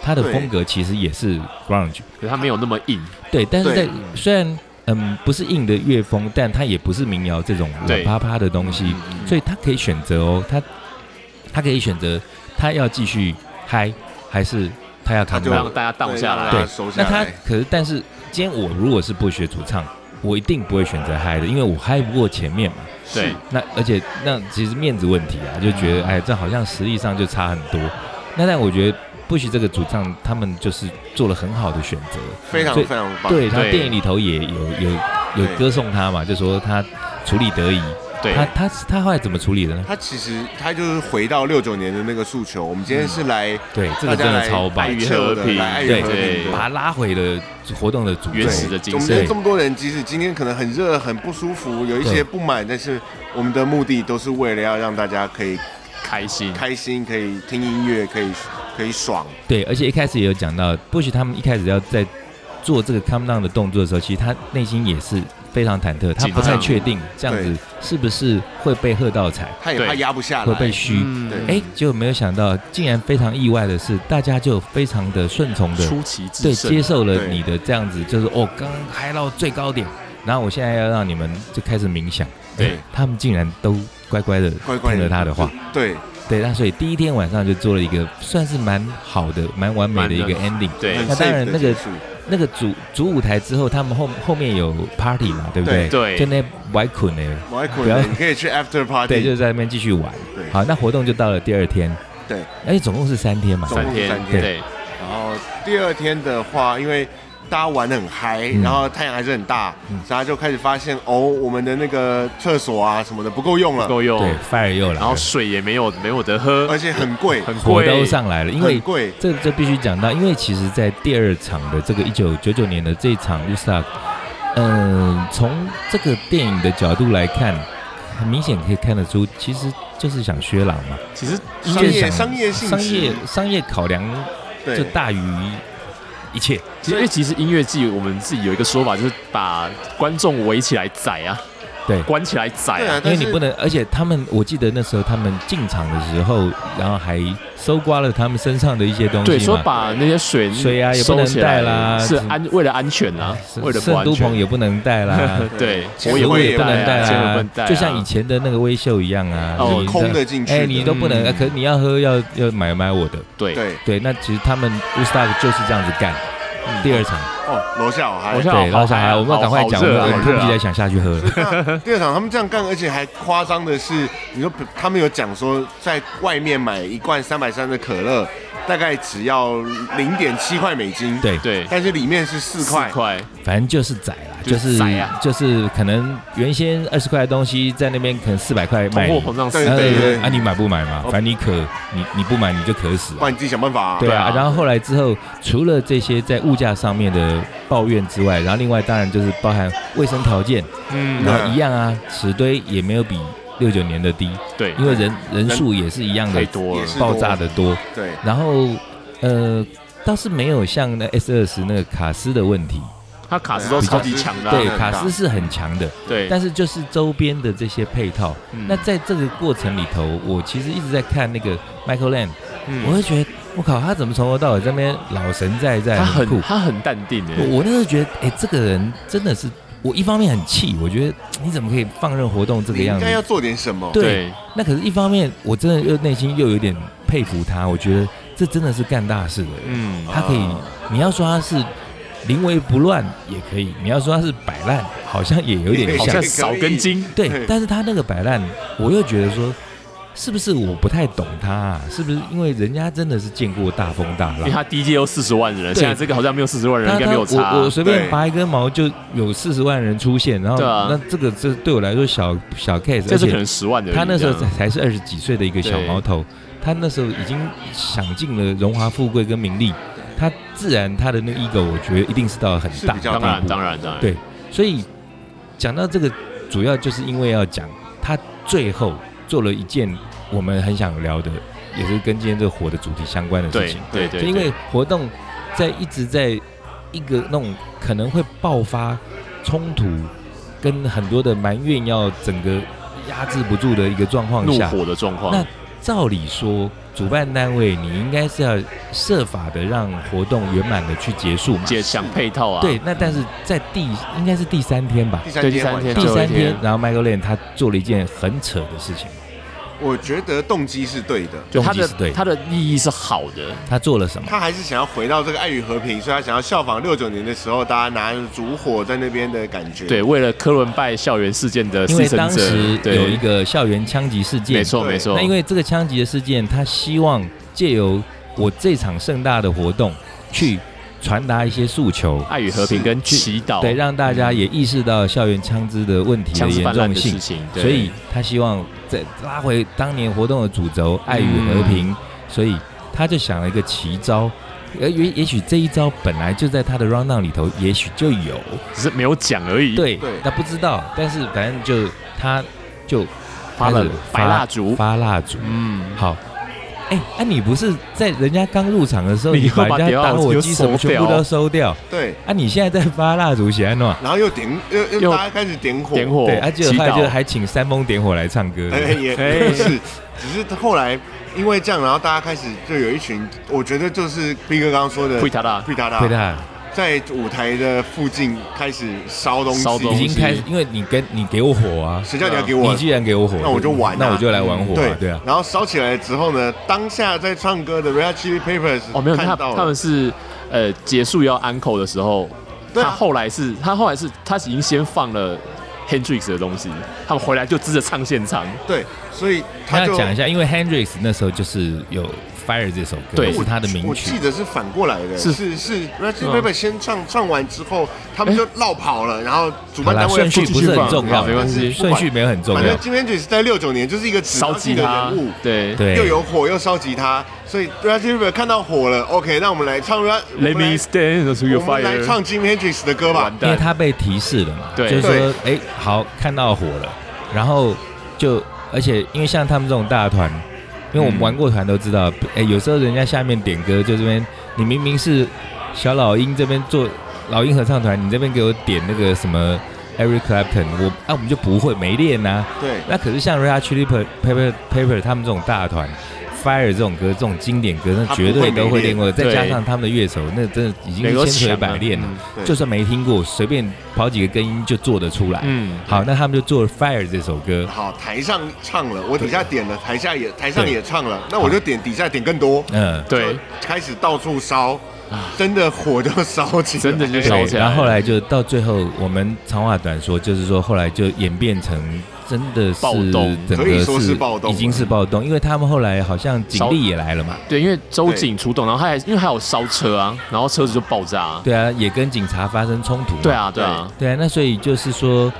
S3: 他的
S1: 对
S3: 风格其实也是 grunge，
S2: 可是它没有那么硬，
S3: 对，但是
S1: 对
S3: 在虽然嗯不是硬的乐风，但它也不是民谣这种软
S2: 对
S3: 趴趴的东
S2: 嗯
S1: 嗯
S3: 西，所以他可以选择哦，他他可以选择他要继续嗨，还是他要
S1: 他就
S3: come down
S2: 让大家荡下来，
S1: 对，
S3: 对
S1: 收下
S3: 那他
S1: 来。
S3: 可是，但是今天我如果是不学主唱，我一定不会选择嗨的，因为我嗨不过前面嘛。
S2: 对，
S3: 那而且那其实面子问题啊，就
S2: 嗯
S3: 觉得哎，这好像实力上就差很多。那但我觉得不许这个主唱他们就是做了很好的选择，
S1: 非常
S3: 所
S1: 非
S3: 以
S1: 常棒。
S3: 对，他
S2: 对
S3: 电影里头也有有
S1: 对
S3: 有歌颂他嘛，就说他处理得宜。
S2: 对，
S3: 他他他后来怎么处理的呢？
S1: 他其实他就是回到六九年的那个诉求。我们今天是来
S3: 对，嗯这
S1: 大
S3: 个
S1: 家
S3: 真的
S1: 来
S3: 超棒
S1: 爱，
S2: 于
S1: chill 的
S2: 和平
S1: 来爱与
S3: 对
S1: 和平的
S2: 对
S3: 把他拉回了活动的主
S2: 原
S1: 对
S2: 始
S3: 轴
S2: 的精
S1: 我们
S2: 神
S1: 今天这么多人，即使今天可能很热、很不舒服，有一些
S3: 对
S1: 不满，但是我们的目的都是为了要让大家可以
S2: 开心，
S1: 开心，可以听音乐，可以可以爽。
S3: 对，而且一开始也有讲到，或许他们一开始要在做这个 come down 的动作的时候，其实他内心也是非常忐忑，他
S2: 紧张
S3: 不太确定这样子是不是会被喝到彩，
S1: 他也
S2: 对
S1: 怕压不下
S3: 会
S1: 来，
S3: 被虚。
S2: 嗯
S1: 对
S3: 哎、结果没有想到，竟然非常意外的是，大家就非常的顺从的，
S2: 出奇制
S3: 对，
S2: 胜，
S3: 接受了
S1: 对
S3: 你的这样子，就是哦，刚刚嗨到最高点，然后我现在要让你们就开始冥想，
S2: 对
S3: 哎他们竟然都乖乖的
S1: 乖乖地
S3: 听了他的话，
S1: 对，
S3: 对，那所以第一天晚上就做了一个算是蛮好的、蛮完美的一个
S2: 蛮
S3: ending。
S2: 对
S1: 很
S3: 那当
S1: safe
S3: 然
S1: 的
S3: 那
S1: 结
S3: 个
S1: 束
S3: 那个主主舞台之后，他们后后面有 party 嘛，对不
S2: 对
S3: 对？
S2: 对
S3: 就那玩捆呢，
S1: 我还可
S3: 不要
S1: 能你可以去 after
S3: 对，就
S1: party，
S3: 在那边继续玩
S1: 对。
S3: 好，那活动就到了第二天。
S1: 对，
S3: 而且总共是三天嘛。
S1: 总
S2: 三天
S1: 三，天
S2: 对，
S1: 然后第二天的话，因为大家玩的很嗨，
S3: 嗯
S1: 然后太阳还是很大，
S3: 嗯
S1: 所以他就开始发现哦，我们的那个厕所啊什么的不够用了，
S2: 够用，
S3: 对，fire 又来
S2: 然后
S3: 了，
S2: 水也没有没有得喝
S1: 而，且很贵，
S2: 很
S3: 火
S2: 贵，
S3: 都上来了，因为
S1: 很贵，
S3: 这这必须讲到，因为其实，在第二场的这个一九九九年的这一场 r i s a 嗯，从这个电影的角度来看，很明显可以看得出，其实就是想薛郎嘛，
S2: 其实音
S1: 商
S2: 乐
S1: 业
S3: 想
S1: 商业性质
S3: 商业商业考量就
S1: 对
S3: 大于一切。
S2: 其实因为其实音乐季我们自己有一个说法，就是把观众围起来宰啊，
S3: 对
S2: 关起来宰
S1: 对啊
S2: 啊，，
S3: 因
S1: 但
S3: 为
S1: 是
S3: 你不能，而且他们，我记得那时候他们进场的时候，然后还搜刮了他们身上的一些东西嘛。
S2: 对，说把那些水
S3: 水啊也不
S2: 收
S3: 能
S2: 起来
S3: 带啦哎
S2: 是安为了安全啊，
S3: 是
S2: 为了不
S3: 圣
S2: 安
S3: 都
S2: 全
S3: 棚。也不能带啦，
S2: 对，
S1: 钱
S2: 我也
S1: 也
S2: 会
S1: 不
S3: 不能带
S2: 啊，钱也不能带啊，
S3: 啦，就像以前的那个微秀一样啊，
S2: 哦
S3: 你
S1: 是空的进去的，
S3: 哎，你都不能，
S2: 嗯
S3: 啊可你要喝要要买买我的，
S2: 对，
S1: 对
S3: 对，那其实他们 u s t a r 就是这样子干。第二场，
S1: 哦，楼下好嗨
S2: 楼。下嗯好
S3: 对，老小
S2: 嗨
S3: 孩，
S2: 啊
S3: 我们要赶快讲，
S2: 好
S3: 我
S2: 热啊
S3: 们
S2: 好
S3: 迫
S2: 热
S3: 不
S2: 啊
S3: 及待想下去喝 了。
S1: 第二场他们这样干，而且还夸张的是，你说他们有讲说，在外面买一罐三百三的可乐，大概只要零点七块美金，，
S3: 对，
S2: 对，
S1: 但是里面是四块
S2: 四，块，
S3: 反正就是宰啦，
S2: 就
S3: 就是是
S2: 宰啊
S3: 就是可能原先二十块的东西，在那边可能四百块
S2: 通
S3: 卖
S2: 货
S3: 你，
S2: 膨胀
S1: 对
S2: 四嗯
S3: 然后
S1: 对对
S3: 啊你买不买嘛？
S1: 哦
S3: 反正你渴，你你不买你就渴死
S1: 不
S3: 啊。
S1: 然你自己想办法、啊。
S3: 对
S2: 对啊
S3: 啊，然后后来之后，除了这些在物价上面的抱怨之外，然后另外当然就是包含卫生条件，
S2: 嗯
S3: 然后一样啊，尺堆也没有比六九年的低，
S2: 对，
S3: 因为人人数也是一样
S2: 太
S3: 的
S2: 多
S1: 也
S2: 了，
S1: 是
S3: 爆炸的多，
S1: 对
S3: 然后呃倒是没有像那 S 二十那个卡斯的问题，
S2: 他卡斯都超级强的啊，
S3: 对
S1: 很大
S3: 卡斯是很强的，
S2: 对，
S3: 但是就是周边的这些配套。
S2: 嗯
S3: 那在这个过程里头，我其实一直在看那个 Michael Land，
S2: 嗯
S3: 我会觉得我靠，他怎么从头到尾在那边老神在在，
S2: 他
S3: 很酷
S2: 很。他很淡定诶，
S3: 我我那时候觉得，哎，这个人真的是，我一方面很气，我觉得你怎么可以放任活动这个
S1: 你应
S3: 样子
S1: 该？要做点什么。
S3: 对那可是，一方面我真的又内心又有点佩服他，我觉得这真的是干大事的人。
S2: 嗯，
S3: 他可以
S1: 啊，
S3: 你要说他是临危不乱也可以，你要说他是摆烂，好像也有点
S1: 好
S2: 好
S3: 像
S2: 像。少根筋，
S3: 对
S1: 对，
S3: 但是他那个摆烂，我又觉得说，是不是我不太懂他、啊？是不是因为人家真的是见过大风大
S2: 因为
S3: 浪？
S2: 他第一届有四十万人，
S3: 对
S2: 现在这个好像没有四十万人，应该没有差。啊
S3: 我我随便
S1: 对
S3: 拔一根毛就有四十万人出现，然后、
S2: 对啊
S3: 那这个这对我来说小小 case，
S2: 这
S3: 而
S2: 是
S3: 且
S2: 可能十万的人。
S3: 他那时候
S2: 这
S3: 才
S2: 样
S3: 才是二十几岁的一个小毛头，他那时候已经享尽了荣华富贵跟名利，他自然他的那个 ego，我觉得一定是到很
S1: 是
S3: 大
S1: 比较
S3: 的
S2: 当
S3: 地
S2: 然
S3: 步。
S2: 当然当然，
S3: 对所以讲到这个，主要就是因为要讲他最后做了一件我们很想聊的，也是跟今天这个火的主题相关的事
S2: 对
S3: 情。
S2: 对对，
S3: 就因
S2: 对
S3: 为活动在一直在一个那种可能会爆发冲突，跟很多的埋怨要整个压制不住的一个状况
S2: 怒
S3: 下，
S2: 火的状况，
S3: 那照理说，主办单位你应该是要设法的让活动圆满的去结束嘛。
S2: 借想配套啊，
S3: 对，那但是在第应该是第三天吧
S1: 第，三
S2: 对第
S1: 天
S2: 三
S1: 晚
S2: 天
S1: 上
S3: 第
S2: 最后一
S3: 三天
S2: 天，
S3: 然后 Michael Lane 他做了一件很扯的事情，
S1: 我觉得动机是对的，
S2: 就他
S3: 动机是对
S2: 的
S3: 的
S2: 他的利益是好的，
S3: 他做了什么？
S1: 他还是想要回到这个爱与和平，所以他想要效仿六九年的时候大家拿着烛火在那边的感觉。
S2: 对，，为了科伦拜校园事件的
S3: 因
S2: 牺
S3: 为
S2: 牲
S3: 当时
S2: 者，
S3: 有一
S2: 对，
S3: 个校园枪击事件，
S2: 没错
S1: 对
S2: 没错
S3: 那，因为这个枪击的事件，他希望借由我这场盛大的活动去传达一些诉求，
S2: 爱与和平跟祈祷，
S3: 对，让大家也意识到校园枪支的问题的
S2: 枪支
S3: 严
S2: 泛滥
S3: 重
S2: 的事
S3: 性，
S2: 情，对
S3: 所以他希望再拉回当年活动的主
S2: 嗯
S3: 轴——爱与和平，所以他就想了一个奇招。呃，也也许这一招本来就在他的 round down 里头，也许就有，
S2: 只是没有讲而已，，
S3: 对
S1: 对，
S3: 他不知道，但是反正就他就
S2: 发了
S3: 开始
S2: 白蜡烛，
S3: 发蜡烛，
S2: 嗯，
S3: 好，哎、啊，你不是在人家刚入场的时候，
S2: 你
S3: 你
S2: 又
S3: 把
S2: 把
S3: 人家
S2: 屌
S3: 打火
S2: 就
S3: 机什
S2: 收
S3: 么全部
S2: 掉
S3: 都收掉，
S1: 对，
S3: 啊，你现在在发蜡烛写安诺，
S1: 然后又点又
S2: 又
S1: 又大家开始点火，
S2: 点火，
S3: 啊对，啊，就
S2: 哦祈
S3: 后来就
S2: 祷，
S3: 还请煽风点火来唱歌，
S1: 哎，也
S2: 哎
S1: 不是，只是后来因为这样，然后大家开始就有一群，我觉得就是斌哥刚刚说的
S2: 会他啊啦，
S1: 屁哒
S3: 对
S1: 哒，
S3: 的，啊
S1: 在舞台的附近开始烧东
S2: 烧东
S3: 已
S2: 西
S1: 西，
S3: 经开始，因为你跟你给我火啊，
S1: 谁叫你要给
S3: 你
S1: 我？
S3: 既然给我火，
S1: 那我就玩啊
S3: 那我就来玩火啊，对啊，
S1: 然后烧起来之后呢，当下在唱歌的 Red Hot Chili Peppers
S2: 哦，没有，他
S1: 看到
S2: 他
S1: 了
S2: 们是呃结束要 uncle 的时候，
S1: 对啊
S2: 他后来是他后来是他已经先放了 Hendrix 的东西，他们回来就支着唱现场，
S1: 对，所以
S3: 他
S1: 他
S3: 要
S1: 就
S3: 讲一下，因为 Hendrix 那时候就是有 Fire 这首歌，
S2: 对
S3: 是他的
S1: 我
S3: 名曲
S1: 记，得是反过来的，
S2: 是
S1: 是是是 Red Hot
S2: 嗯
S1: Chili Peppers 先唱唱完之后，他们就绕跑了，然后主
S3: 哎好
S1: 办
S3: 啦，
S1: 单位
S3: 顺序
S1: 付
S3: 不是很重要，
S2: 好没关系
S3: 顺序没有很重
S1: 反
S3: 要
S1: 正，今天只是在六九年就是一个指
S2: 烧
S1: 标
S2: 吉
S1: 性的
S2: 他
S1: 人物，，
S2: 对
S3: 对，
S1: 又有火又烧吉他，所以 Red Hot Chili Peppers 看到火了，OK，那我们来唱 Red，
S2: ，Let me stand through
S1: 我
S2: your
S1: 们来我们来
S2: fire，
S1: 唱 Jim Hendrix 的歌吧
S2: 完。
S3: 因为
S2: 蛋，
S3: 他被提示了嘛，
S2: 对
S3: 就是说，哎、好，看到火了，然后就，而且因为像他们这种大团，因为我们
S2: 嗯
S3: 玩过团都知道，哎、有时候人家下面点歌就这边，你明明是小老鹰这边做老鹰合唱团，你这边给我点那个什么 Eric Clapton，我啊我们就不会没练啊呐、
S1: 对，
S3: 那可是像 Red Hot Chili Pe- Pepper Pepper 他们这种大团。Fire 这种歌，这种经典歌，那
S1: 他不
S3: 绝对
S1: 会
S3: 都
S1: 没
S3: 会
S1: 练
S3: 练过。再
S2: 对
S3: 加上他们的乐手，那真的已经
S2: 美国
S3: 是千锤
S2: 强啊
S3: 百炼了。
S2: 嗯
S1: 对
S3: 就算没听过，随便跑几个根音就做得出来。
S2: 嗯，
S3: 好，那他们就做了《Fire》这首歌，
S1: 好，台上唱了，我底下点了，台下也台上
S3: 对
S1: 也唱了，那我就点底下点更多，
S3: 嗯，
S2: 对，，啊
S1: 开始到处烧，真的火就烧起来，
S2: 真的就烧
S3: 对，
S2: 起来
S3: 然后后来就到最后，我们长话短说，就是说后来就演变成真的是
S2: 暴动
S3: 整
S1: 可
S3: 个
S1: 以说是暴动
S3: 已经是暴动，因为他们后来好像警力也来了嘛，
S2: 对，因为周瑾出动，然后他还因为还有烧车啊，然后车子就爆炸啊，
S3: 对啊，也跟警察发生冲突，
S2: 对，啊，对啊，
S3: 对啊，那所以就是说，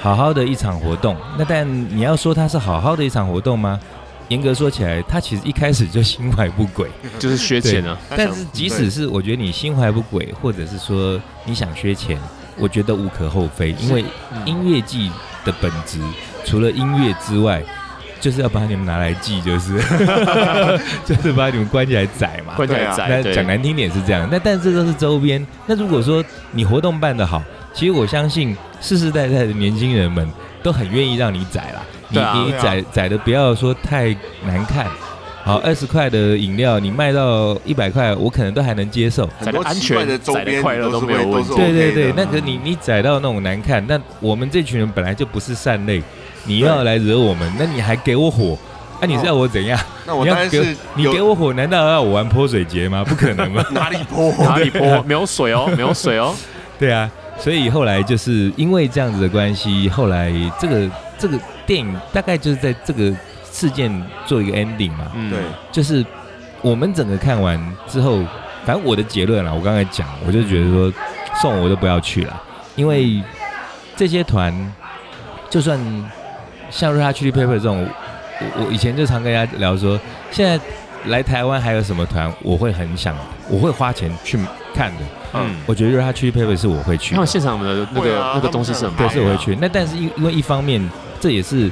S3: 好好的一场活动，那但你要说它是好好的一场活动吗？严格说起来，它其实一开始就心怀不轨，
S2: 就是削钱啊，
S1: 他想
S3: 但是即使是我觉得你心怀不轨，或者是说你想缺钱，我觉得无可厚非，因为
S2: 嗯
S3: 音乐季的本质除了音乐之外，就是要把你们拿来祭，就是 就是把你们关起来宰嘛。
S2: 关起
S1: 对
S2: 来
S1: 啊
S2: 宰，
S3: 那
S2: 对，
S3: 讲难听点是这样，那但这都是周边。那如果说你活动办得好，其实我相信世世代代的年轻人们都很愿意让你宰啦。你、
S2: 对啊
S3: 你
S1: 对啊
S3: 宰宰的不要说太难看，好二十块的饮料你卖到一百块，我可能都还能接受。
S1: 很多
S2: 宰得安
S1: 奇怪
S2: 全
S1: 的周
S2: 宰得
S1: 边
S2: 快乐
S1: 都
S2: 都
S1: 是
S2: 没有
S1: 会
S2: 问
S1: 都
S2: 题
S1: 是 OK
S3: 对
S1: 的
S3: 对对，那个你你宰到那种难看，那我们这群人本来就不是善类，你又要来惹我们，那你还给我火，那、你是要我怎样？
S1: 那嗯哦我
S3: 你
S1: 当
S3: 要
S1: 然
S3: 给我
S1: 是
S3: 你
S1: 有
S3: 给我火，难道要我玩泼水节吗？不可能嘛！
S1: 哪里泼？
S2: 哪里泼？没有水哦，没有水哦，
S3: 对啊，所以后来就是因为这样子的关系，后来这个这个电影大概就是在这个事件做一个 ending 嘛，
S2: 嗯
S1: 对，
S3: 就是我们整个看完之后，反正我的结论啦，我刚才讲，我就觉得说送我都不要去了，因为这些团就算像 Red Hot Chili Pepper 这种，我我以前就常跟人家聊说，现在来台湾还有什么团我会很想，我会花钱去看的。
S2: 嗯，
S3: 我觉得 Red Hot Chili Pepper 是我会去
S2: 他
S3: 的
S2: 们现场我们的那
S1: 对
S2: 个
S1: 啊
S2: 那个东西是很棒
S3: 对，是我会去。那但是因因为一方面，这也是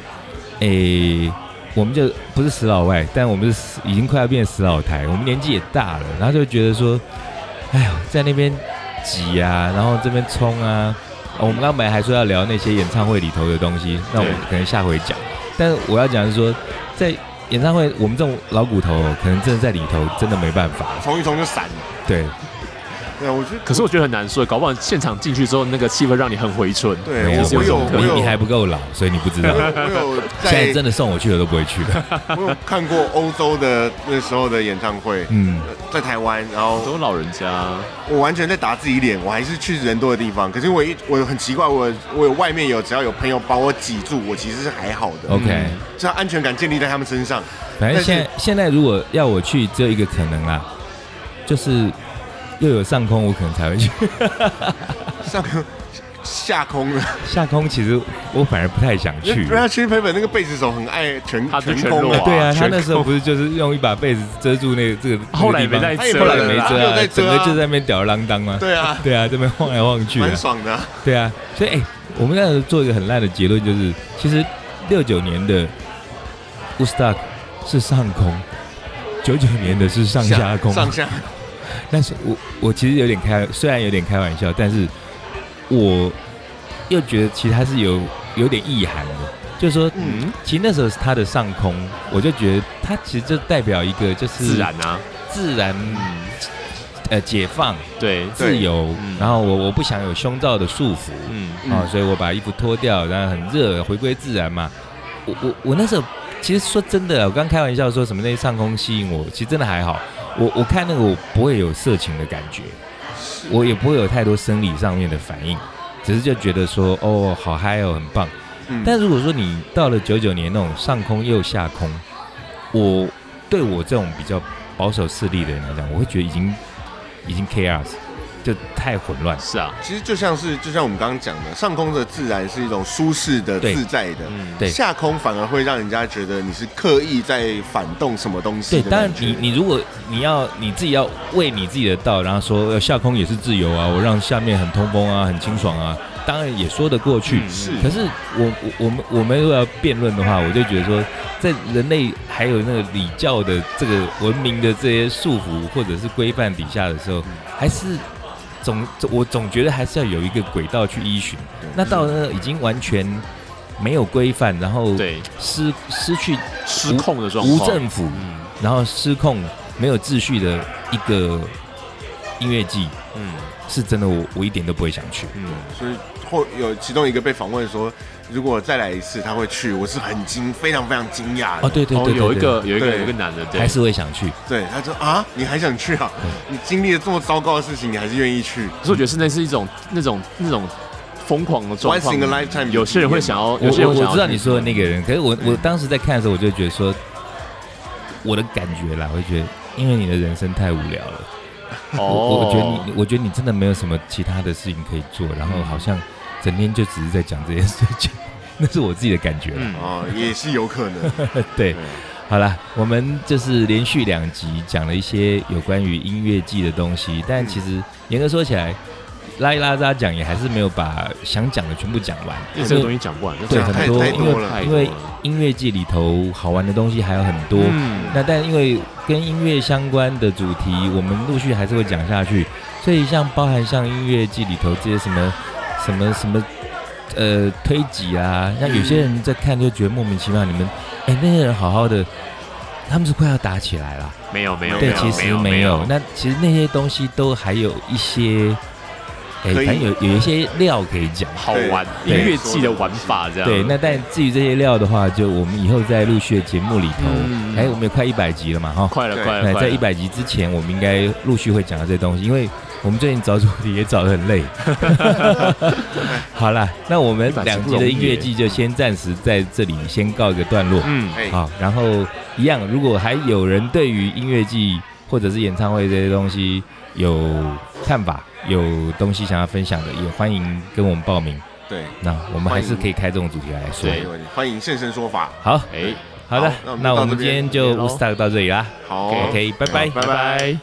S3: 诶、我们就不是死老外，但我们是已经快要变死老台，我们年纪也大了，然后就觉得说，哎呦，在那边挤啊，然后这边冲啊。哦我们刚本来还说要聊那些演唱会里头的东西，那我们可能下回讲。但我要讲的是说，在演唱会，我们这种老骨头，可能真的在里头真的没办法。
S1: 冲一冲就散了。
S3: 对，
S1: 对啊，我觉得
S2: 可是我觉得很难说，搞不好现场进去之后，那个气氛让你很回春。
S1: 对
S3: 没
S1: 我
S2: 就是
S1: 我有
S2: 有这种
S1: 我
S2: 可
S1: 有
S3: 你你还不够老，所以你不知
S1: 我
S3: 道
S1: 有。我有
S3: 现在真
S1: 在
S3: 的送我去了都不会去的。
S1: 我有看过欧洲的那时候的演唱会，
S3: 嗯。
S1: 呃在台湾，然后
S2: 都老人家，
S1: 我完全在打自己脸，我还是去人多的地方。可是我一我很奇怪，我我有外面有只要有朋友把我挤住，我其实是还好的，
S3: OK，、
S2: 嗯
S1: 这样安全感建立在他们身上。
S3: 反正现在现在如果要我去，只有一个可能啦，就是又有上空，我可能才会 去。
S1: 上 面下空了，
S3: 下空其实我反而不太想去。
S1: 人家 c h i p 那个贝斯手很爱全
S2: 他是全
S1: 空
S2: 裸
S1: 啊
S2: 啊，
S3: 对啊，
S2: 全
S3: 他那时候不是就是用一把被子遮住那个这个，
S2: 后来也没在
S3: 在
S1: 他也
S3: 后来也没
S1: 他没
S3: 遮
S1: 有
S3: 啊
S1: 在，遮
S3: 整个
S1: 啊
S3: 就在那边吊儿郎当嘛。
S1: 对啊，
S3: 对啊，这边晃来晃去的
S1: 蛮。爽的啊。
S3: 对啊，所以哎、我们那时候做一个很烂的结论，就是其实六九年的 Woodstock 是上空，九九年的是上下空，
S1: 上下
S3: 但是我我其实有点开，虽然有点开玩笑，但是我又觉得其实它是有有点意涵的，就是说，
S1: 嗯，
S3: 其实那时候是它的上空，我就觉得它其实就代表一个就是
S2: 自然啊，
S3: 自然
S2: 嗯，
S3: 呃解放
S2: 对，
S3: 自由
S2: 嗯，
S3: 然后我我不想有胸罩的束缚
S2: 嗯，
S1: 嗯
S3: 啊、所以我把衣服脱掉，然后很热，回归自然嘛。我我我那时候其实说真的，我刚开玩笑说什么那些上空吸引我，其实真的还好。我我看那个我不会有色情的感觉，我也不会有太多生理上面的反应，只是就觉得说哦好嗨哦很棒。
S1: 嗯
S3: 但如果说你到了九九年那种上空又下空，我对我这种比较保守势力的人来讲，我会觉得已经已经 chaos，就太混乱。
S2: 是啊，
S1: 其实就像是就像我们刚刚讲的，上空的自然是一种舒适的、
S3: 对
S1: 自在的。
S2: 嗯，
S3: 对
S1: 下空反而会让人家觉得你是刻意在反动什么东西
S3: 对，
S1: 的
S3: 当然
S1: 感觉。
S3: 你你如果你要你自己要为你自己的道，然后说呃下空也是自由啊，我让下面很通风啊，很清爽啊，当然也说得过去。
S2: 嗯
S1: 是
S3: 可是我我我们我们如果要辩论的话，我就觉得说，在人类还有那个礼教的这个文明的这些束缚或者是规范底下的时候，还是总我总觉得还是要有一个轨道去依循。那到那个已经完全没有规范，然后
S2: 对，
S3: 失失去
S2: 失控的状
S3: 无
S2: 况，
S3: 政府，
S2: 嗯
S3: 然后失控没有秩序的一个音乐季，
S2: 嗯
S3: 是真的我我一点都不会想去。
S2: 嗯，
S1: 所以后有其中一个被访问说，如果再来一次他会去，我是很惊，非常非常惊讶的。
S3: 哦，对对
S2: 哦，
S3: 对，
S2: 有一
S3: 对
S2: 个有一个
S1: 对
S2: 有一个男的，对
S3: 还，是会想去。
S1: 对，他说啊，你还想去啊？你经历了这么糟糕的事情，你还是愿意去？
S2: 可是我觉得是那是一种那种那种疯狂的状
S1: Once
S2: 况
S1: in a lifetime，
S2: 有些人会想要，
S3: 我
S2: 有些人
S3: 我
S2: 会想要
S3: 我知道
S2: 去嗯
S3: 你说的那个人，可是我我当时在看的时候，我就觉得说，我的感觉啦，我就觉得，因为你的人生太无聊了，我
S2: 哦
S3: 我觉得你，我觉得你真的没有什么其他的事情可以做，然后好像整天就只是在讲这件事情， 那是我自己的感觉啦。
S2: 嗯，
S1: 啊，也是有可 能。
S3: 对
S1: 对，
S3: 好啦，我们就是连续两集讲了一些有关于音乐季的东西，但其实严格说起来，拉一拉扎讲也还是没有把想讲的全部讲完，
S2: 因为这个东西讲不完，
S3: 对
S1: 太
S3: 很多，
S1: 太
S3: 因
S1: 多
S3: 为
S1: 了
S2: 太
S3: 因
S2: 多
S3: 为
S2: 了
S3: 音乐季里头好玩的东西还有很多。
S2: 嗯，
S3: 那但因为跟音乐相关的主题，我们陆续还是会讲下去，所以像包含像音乐季里头这些什么什么什么呃推挤啊，像有些人在看就觉得莫名其妙，你们哎那些人好好的，他们是快要打起来了，
S2: 没有没有，
S3: 对
S2: 没，有
S3: 其实没有，那其实那些东西都还有一些，哎，
S1: 可以
S3: 反正有有一些料可以讲。
S2: 好玩音
S3: 对
S2: 乐季的玩法这样，
S3: 对，那但至于这些料的话，就我们以后在陆续的节目里头，哎
S2: 嗯
S3: 哎、我们也快一百集了嘛，哈，
S2: 快了
S1: 对
S2: 快了
S3: 哎，
S2: 快
S3: 在一
S2: 了，
S3: 百集之前，我们应该陆续会讲到这些东西，因为我们最近找主题也找得 很累。好啦，那我们
S2: 一百集
S3: 两
S2: 不
S3: 集的
S2: 容易
S3: 音乐
S2: 耶
S3: 季就先暂时在这里先告一个段落。
S2: 嗯，
S1: 哎，
S3: 好，然后一样，如果还有人对于音乐季或者是演唱会这些东西有看法、有东西想要分享的，也欢迎跟我们报名。
S1: 对，
S3: 那我们还是可以开这种主题来说。
S2: 对
S1: 没问题欢迎现身说法。
S3: 好，
S2: 哎，
S3: 好的
S1: 好，
S3: 那
S1: 那我
S3: 我们
S1: 们今
S3: 今
S1: 天
S3: 天就
S2: 到这边
S3: Woodstock 到这里啦。
S1: 好
S3: OK，拜拜
S1: 拜拜。
S2: 拜